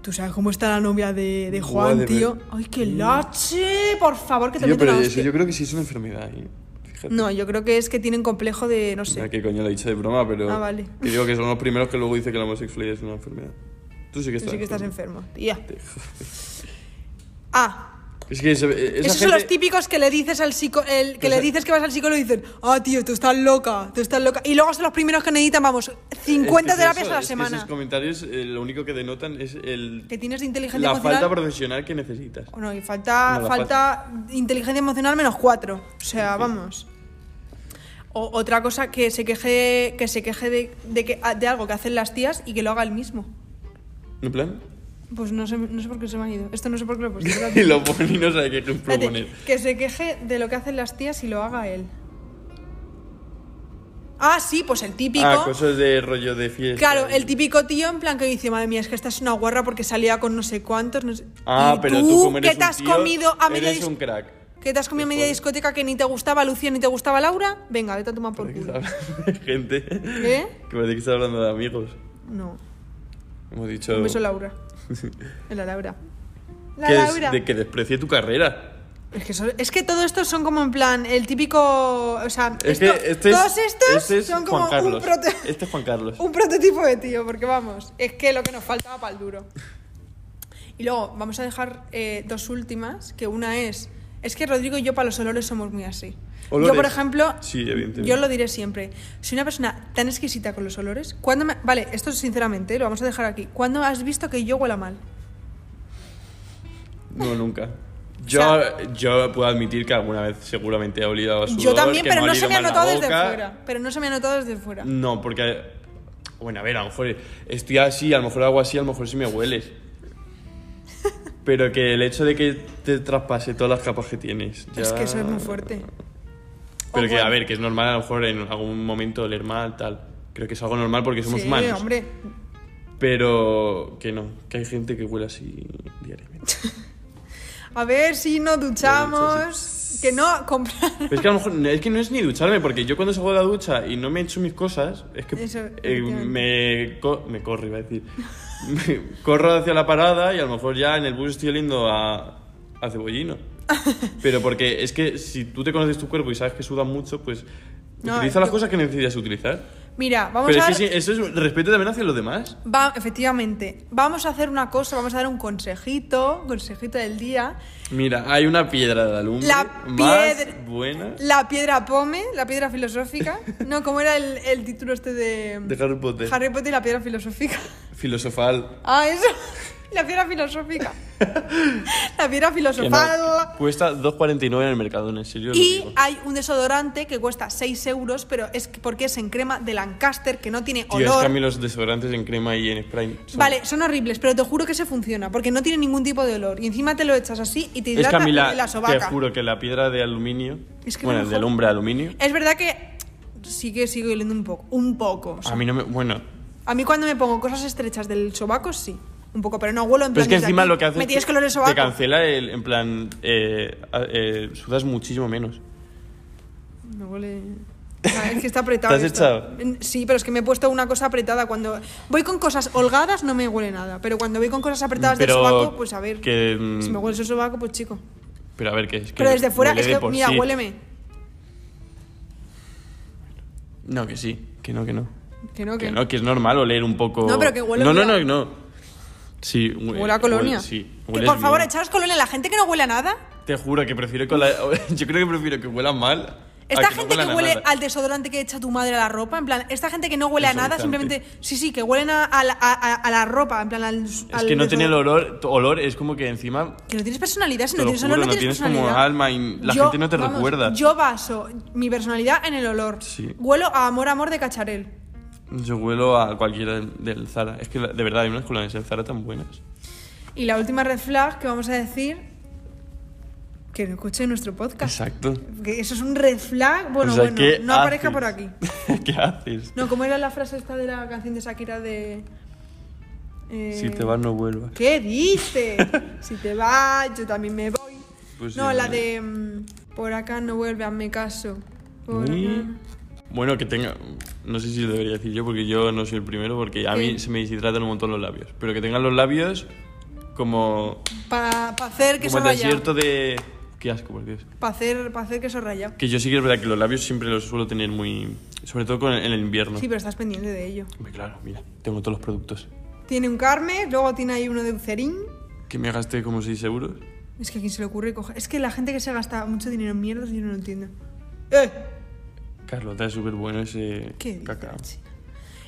S2: tú sabes cómo está la novia de, de Juan,
S1: Madre
S2: tío.
S1: mía.
S2: Ay, qué lache, por favor, que te
S1: Tío,
S2: mete
S1: pero
S2: una
S1: eso
S2: hostia.
S1: yo creo que sí es una enfermedad. ¿eh? Fíjate.
S2: No, yo creo que es que tienen complejo de, no
S1: Mira,
S2: sé.
S1: que coño lo he dicho de broma, pero.
S2: Ah, vale.
S1: Que digo que son los primeros que luego dicen que la homosexualidad es una enfermedad. Tú sí que
S2: Tú
S1: estás.
S2: sí que estás enfermo, tía.
S1: Te-
S2: Ah,
S1: Es que eso- eh, esa
S2: Esos son
S1: gente-
S2: los típicos que le dices al psico, el, que
S1: Esa-
S2: le dices que vas al psicólogo y dicen, ah, tío, tú estás loca, tú estás loca. Y luego son los primeros que necesitan, vamos, 50
S1: es que es
S2: terapias
S1: eso,
S2: a la
S1: es que
S2: semana.
S1: esos comentarios eh, lo único que denotan es el,
S2: Que tienes de inteligencia
S1: la
S2: emocional.
S1: falta profesional que necesitas.
S2: Bueno, y falta,
S1: No, la
S2: falta inteligencia emocional menos cuatro. O sea,
S1: Sí.
S2: vamos. O- otra cosa que se queje, que se queje de, de que, de algo que hacen las tías y que lo haga él mismo.
S1: ¿En plan?
S2: Pues no sé, no sé por qué se me ha ido. Esto no sé por qué lo he puesto.
S1: y lo ponen y no sabe qué
S2: Espérate,
S1: proponer.
S2: que se queje de lo que hacen las tías y lo haga él. Ah, sí, pues el típico.
S1: Ah, cosas de rollo de fiesta.
S2: claro,
S1: y-
S2: el típico tío en plan que dice, madre mía, es que esta es una guarra porque salía con no sé cuántos. No sé".
S1: Ah,
S2: ¿Y
S1: pero tú, como eres
S2: ¿Qué te
S1: un
S2: has
S1: tío,
S2: comido a media
S1: Eres
S2: dis-
S1: un crack.
S2: ¿Qué te has comido a media
S1: Joder.
S2: discoteca que ni te gustaba Lucía ni te gustaba Laura? Venga, vete a tomar por
S1: Parece que
S2: culo. ¿Eh?
S1: está hablando de gente.
S2: ¿Qué?
S1: Que parece que está hablando de amigos.
S2: No.
S1: Hemos dicho.
S2: Un beso, Laura. Es la Laura. La
S1: que des-
S2: Laura.
S1: de que desprecie tu carrera.
S2: Es que, eso- es que todo esto son como en plan el típico. O sea,
S1: Es
S2: esto-
S1: que este es-
S2: todos estos
S1: este es
S2: son como
S1: Juan Carlos.
S2: un, prote-
S1: Este es Juan Carlos.
S2: un prototipo de tío, porque vamos, es que lo que nos faltaba para el duro. Y luego vamos a dejar eh, dos últimas, que una es. Es que Rodrigo y yo para los olores somos muy así.
S1: ¿Olores?
S2: Yo, por ejemplo,
S1: Sí, evidentemente.
S2: yo lo diré siempre. Soy una persona tan exquisita con los olores. ¿Cuándo me- Vale, esto sinceramente, ¿eh? lo vamos a dejar aquí. ¿Cuándo has visto que yo huela mal?
S1: No, nunca. Yo,
S2: sea-
S1: yo puedo admitir que alguna vez seguramente he olido a sudor.
S2: Yo también,
S1: que
S2: pero
S1: ha
S2: no se
S1: olido
S2: me ha
S1: mal la
S2: notado desde
S1: boca. Mm,
S2: fuera. Pero no se me ha notado desde fuera.
S1: No, porque. Bueno, a ver, a lo mejor estoy así, a lo mejor hago así, a lo mejor sí me hueles. Pero que el hecho de que te traspase todas las capas que tienes.
S2: Es
S1: ya-
S2: que eso es muy fuerte. eh.
S1: Pero
S2: O
S1: que,
S2: bueno.
S1: a ver, que es normal a lo mejor en algún momento oler mal, tal. Creo que es algo normal porque somos
S2: sí,
S1: humanos.
S2: hombre.
S1: Pero que no, que hay gente que huele así diariamente.
S2: A ver si
S1: Lo
S2: no
S1: he dicho,
S2: duchamos. Que no, comprar.
S1: Pero es que a lo mejor es que no es ni ducharme, porque yo cuando salgo de la ducha y no me echo mis cosas, es que
S2: Eso,
S1: eh,
S2: efectivamente.
S1: me, co- me corro, iba a decir. Me corro hacia la parada y a lo mejor ya en el bus estoy oliendo a, a cebollino. Pero porque es que si tú te conoces tu cuerpo y sabes que sudas mucho, pues
S2: No,
S1: utiliza las
S2: yo-
S1: cosas que necesitas utilizar.
S2: Mira, vamos
S1: Pero
S2: a
S1: es que
S2: dar-
S1: sí, eso es respeto también hacia los demás.
S2: va- efectivamente, vamos a hacer una cosa, vamos a dar un consejito, consejito del día.
S1: Mira, hay una piedra de la lumbre
S2: La
S1: más
S2: piedra-
S1: buena
S2: La piedra pome, la piedra filosófica. No, ¿cómo era el, el título este de...
S1: de Harry Potter.
S2: Harry Potter y la piedra filosófica.
S1: Filosofal.
S2: Ah, eso. La piedra filosófica. La piedra
S1: Que no,
S2: filosofal.
S1: cuesta 2.49 en el mercado, en serio. os lo
S2: Y
S1: digo.
S2: hay un desodorante que cuesta 6 euros, pero es que- porque es en crema de Lancaster, que no tiene
S1: Tío, es
S2: olor.
S1: que a mí los desodorantes en crema y en spray. son-
S2: Vale, son horribles, pero te juro que se funciona, porque no tiene ningún tipo de olor. Y encima te lo echas así y te
S1: Es
S2: hidrata
S1: que a mí la,
S2: la
S1: te
S2: sobaca.
S1: juro que la piedra de aluminio,
S2: Es que
S1: bueno,
S2: es
S1: de
S2: mejor.
S1: lumbre aluminio,
S2: Es verdad que sí que sigo oliendo un poco. Un poco. o sea,
S1: a mí no me, bueno,
S2: a mí cuando me pongo cosas estrechas del sobaco, sí. Un poco, pero no huelo en
S1: pero
S2: plan
S1: es que
S2: desde
S1: encima
S2: aquí,
S1: lo que hace
S2: Me
S1: es
S2: tienes
S1: que
S2: que oler el
S1: te
S2: sobaco.
S1: cancela el, en plan, eh, a- eh, sudas muchísimo menos.
S2: Me huele. Ah, es que está apretado.
S1: ¿Te has
S2: esto.
S1: echado?
S2: Mm, Sí, pero es que me he puesto una cosa apretada. Cuando voy con cosas holgadas no me huele nada, pero cuando voy con cosas apretadas
S1: Pero
S2: del sobaco, pues a ver.
S1: que, mm,
S2: Si me huele el sobaco, pues chico.
S1: Pero a ver, que es que
S2: Pero desde fuera,
S1: huele
S2: es
S1: de
S2: que,
S1: por
S2: mira,
S1: sí.
S2: huéleme.
S1: No, que sí, que no, que no.
S2: Que no, que.
S1: Que no, que es normal oler un poco...
S2: No, pero que huele
S1: No, no,
S2: bien.
S1: no, no. Sí, hue-
S2: Huele a colonia.
S1: sí,
S2: Que,
S1: hueles
S2: por favor,
S1: bien.
S2: echaros colonia a la gente que no huele a nada.
S1: Te juro que prefiero con la... Yo creo que prefiero que huela mal. a
S2: Esta
S1: no
S2: gente que
S1: huelan a
S2: huele
S1: nada.
S2: al desodorante que echa tu madre a la ropa, en plan, esta gente que no huele a nada,
S1: Desodorante.
S2: simplemente, sí, sí, que huelen a, a la- a- a la ropa, en plan, al.
S1: Es que no tiene el olor, tu olor es como que encima
S2: Que no tienes personalidad, si
S1: Te
S2: no
S1: lo
S2: tienes
S1: juro,
S2: olor, no,
S1: no
S2: tienes,
S1: tienes como
S2: personalidad.
S1: alma y la gente no te recuerda.
S2: Yo baso mi personalidad en el olor.
S1: Sí.
S2: Huelo a amor, amor de cacharel.
S1: yo huelo a cualquiera del, del Zara. Es que la- de verdad hay unas colonias del Zara tan buenas.
S2: Y la última red flag que vamos a decir, que no escuche nuestro podcast.
S1: Exacto.
S2: Que eso es un red flag, bueno,
S1: O sea,
S2: bueno,
S1: ¿qué
S2: no aparezca
S1: haces?
S2: por aquí.
S1: ¿Qué haces?
S2: No, ¿cómo era la frase esta de la canción de Shakira de... eh,
S1: Si te vas no vuelvas.
S2: ¿Qué dices? si te vas, yo también me voy.
S1: Pues sí,
S2: no, la
S1: ¿no?
S2: de... mm, por acá no vuelve, hazme caso. Por
S1: Uy.
S2: acá.
S1: Bueno, que tenga. No sé si lo debería decir yo porque yo no soy el primero, porque a
S2: ¿Qué?
S1: mí se me deshidratan un montón los labios. Pero que tengan los labios como.
S2: Para hacer que se
S1: como el
S2: raya.
S1: desierto de. Qué asco, por Dios.
S2: Para hacer, pa' hacer que se raya.
S1: Que yo sí que es verdad que los labios siempre los suelo tener muy. Sobre todo con el- en el invierno.
S2: Sí, pero estás pendiente de ello.
S1: Hombre, Claro, mira, tengo todos los productos.
S2: Tiene un Carme, luego tiene ahí uno de Eucerin.
S1: Que me gasté como 6 euros.
S2: Es que a quien se le ocurre coger. Es que la gente que se gasta mucho dinero en mierdas, yo no lo entiendo. ¡Eh!
S1: Carlota es súper bueno ese
S2: ¿Qué dice
S1: cacao.
S2: la china?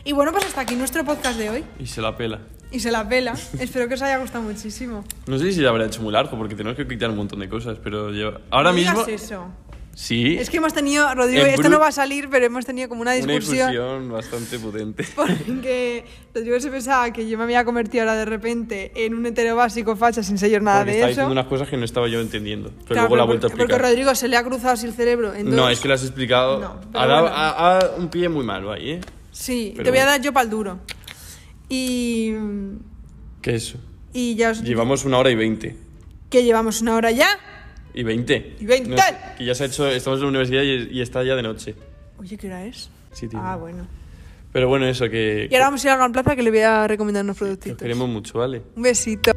S2: Y bueno, pues hasta aquí nuestro podcast de hoy.
S1: Y se la pela.
S2: Y se la pela. Espero que os haya gustado muchísimo.
S1: No sé si lo habrá hecho muy largo porque tenemos que quitar un montón de cosas, pero lleva... Ahora
S2: No digas
S1: mismo...
S2: eso.
S1: Sí,
S2: Es que hemos tenido, Rodrigo,
S1: En
S2: esto
S1: bru-
S2: no va a salir, pero hemos tenido como una
S1: una
S2: discusión.
S1: discusión bastante potente.
S2: Porque Rodrigo se pensaba que yo me había convertido ahora de repente en un hetero básico facha sin sellar nada
S1: porque
S2: de
S1: estaba
S2: eso.
S1: diciendo unas cosas que no estaba yo entendiendo. Pero
S2: Claro,
S1: luego la he
S2: pero
S1: vuelto a
S2: porque- Porque
S1: explicar.
S2: Rodrigo se le ha cruzado así el cerebro. en
S1: No,
S2: dos.
S1: es que lo has explicado...
S2: No, pero
S1: ha, dado-
S2: bueno.
S1: ha- ha un pie muy malo ahí, ¿eh?
S2: Sí,
S1: Pero
S2: te voy a
S1: bueno.
S2: dar yo pa'l duro. Y.
S1: ¿Qué es eso?
S2: Y ya os.
S1: Llevamos una hora y veinte.
S2: Que llevamos una hora ya.
S1: Y veinte.
S2: Y veinte.
S1: No sé, que ya se ha hecho... Estamos en la universidad y, y está ya de noche.
S2: Oye, ¿qué hora es?
S1: Sí, tío.
S2: Ah, bueno.
S1: Pero bueno, eso que...
S2: Y ahora vamos a ir a Gran Plaza que le voy a recomendar unos
S1: que os
S2: productitos.
S1: queremos mucho, ¿vale?
S2: Un besito.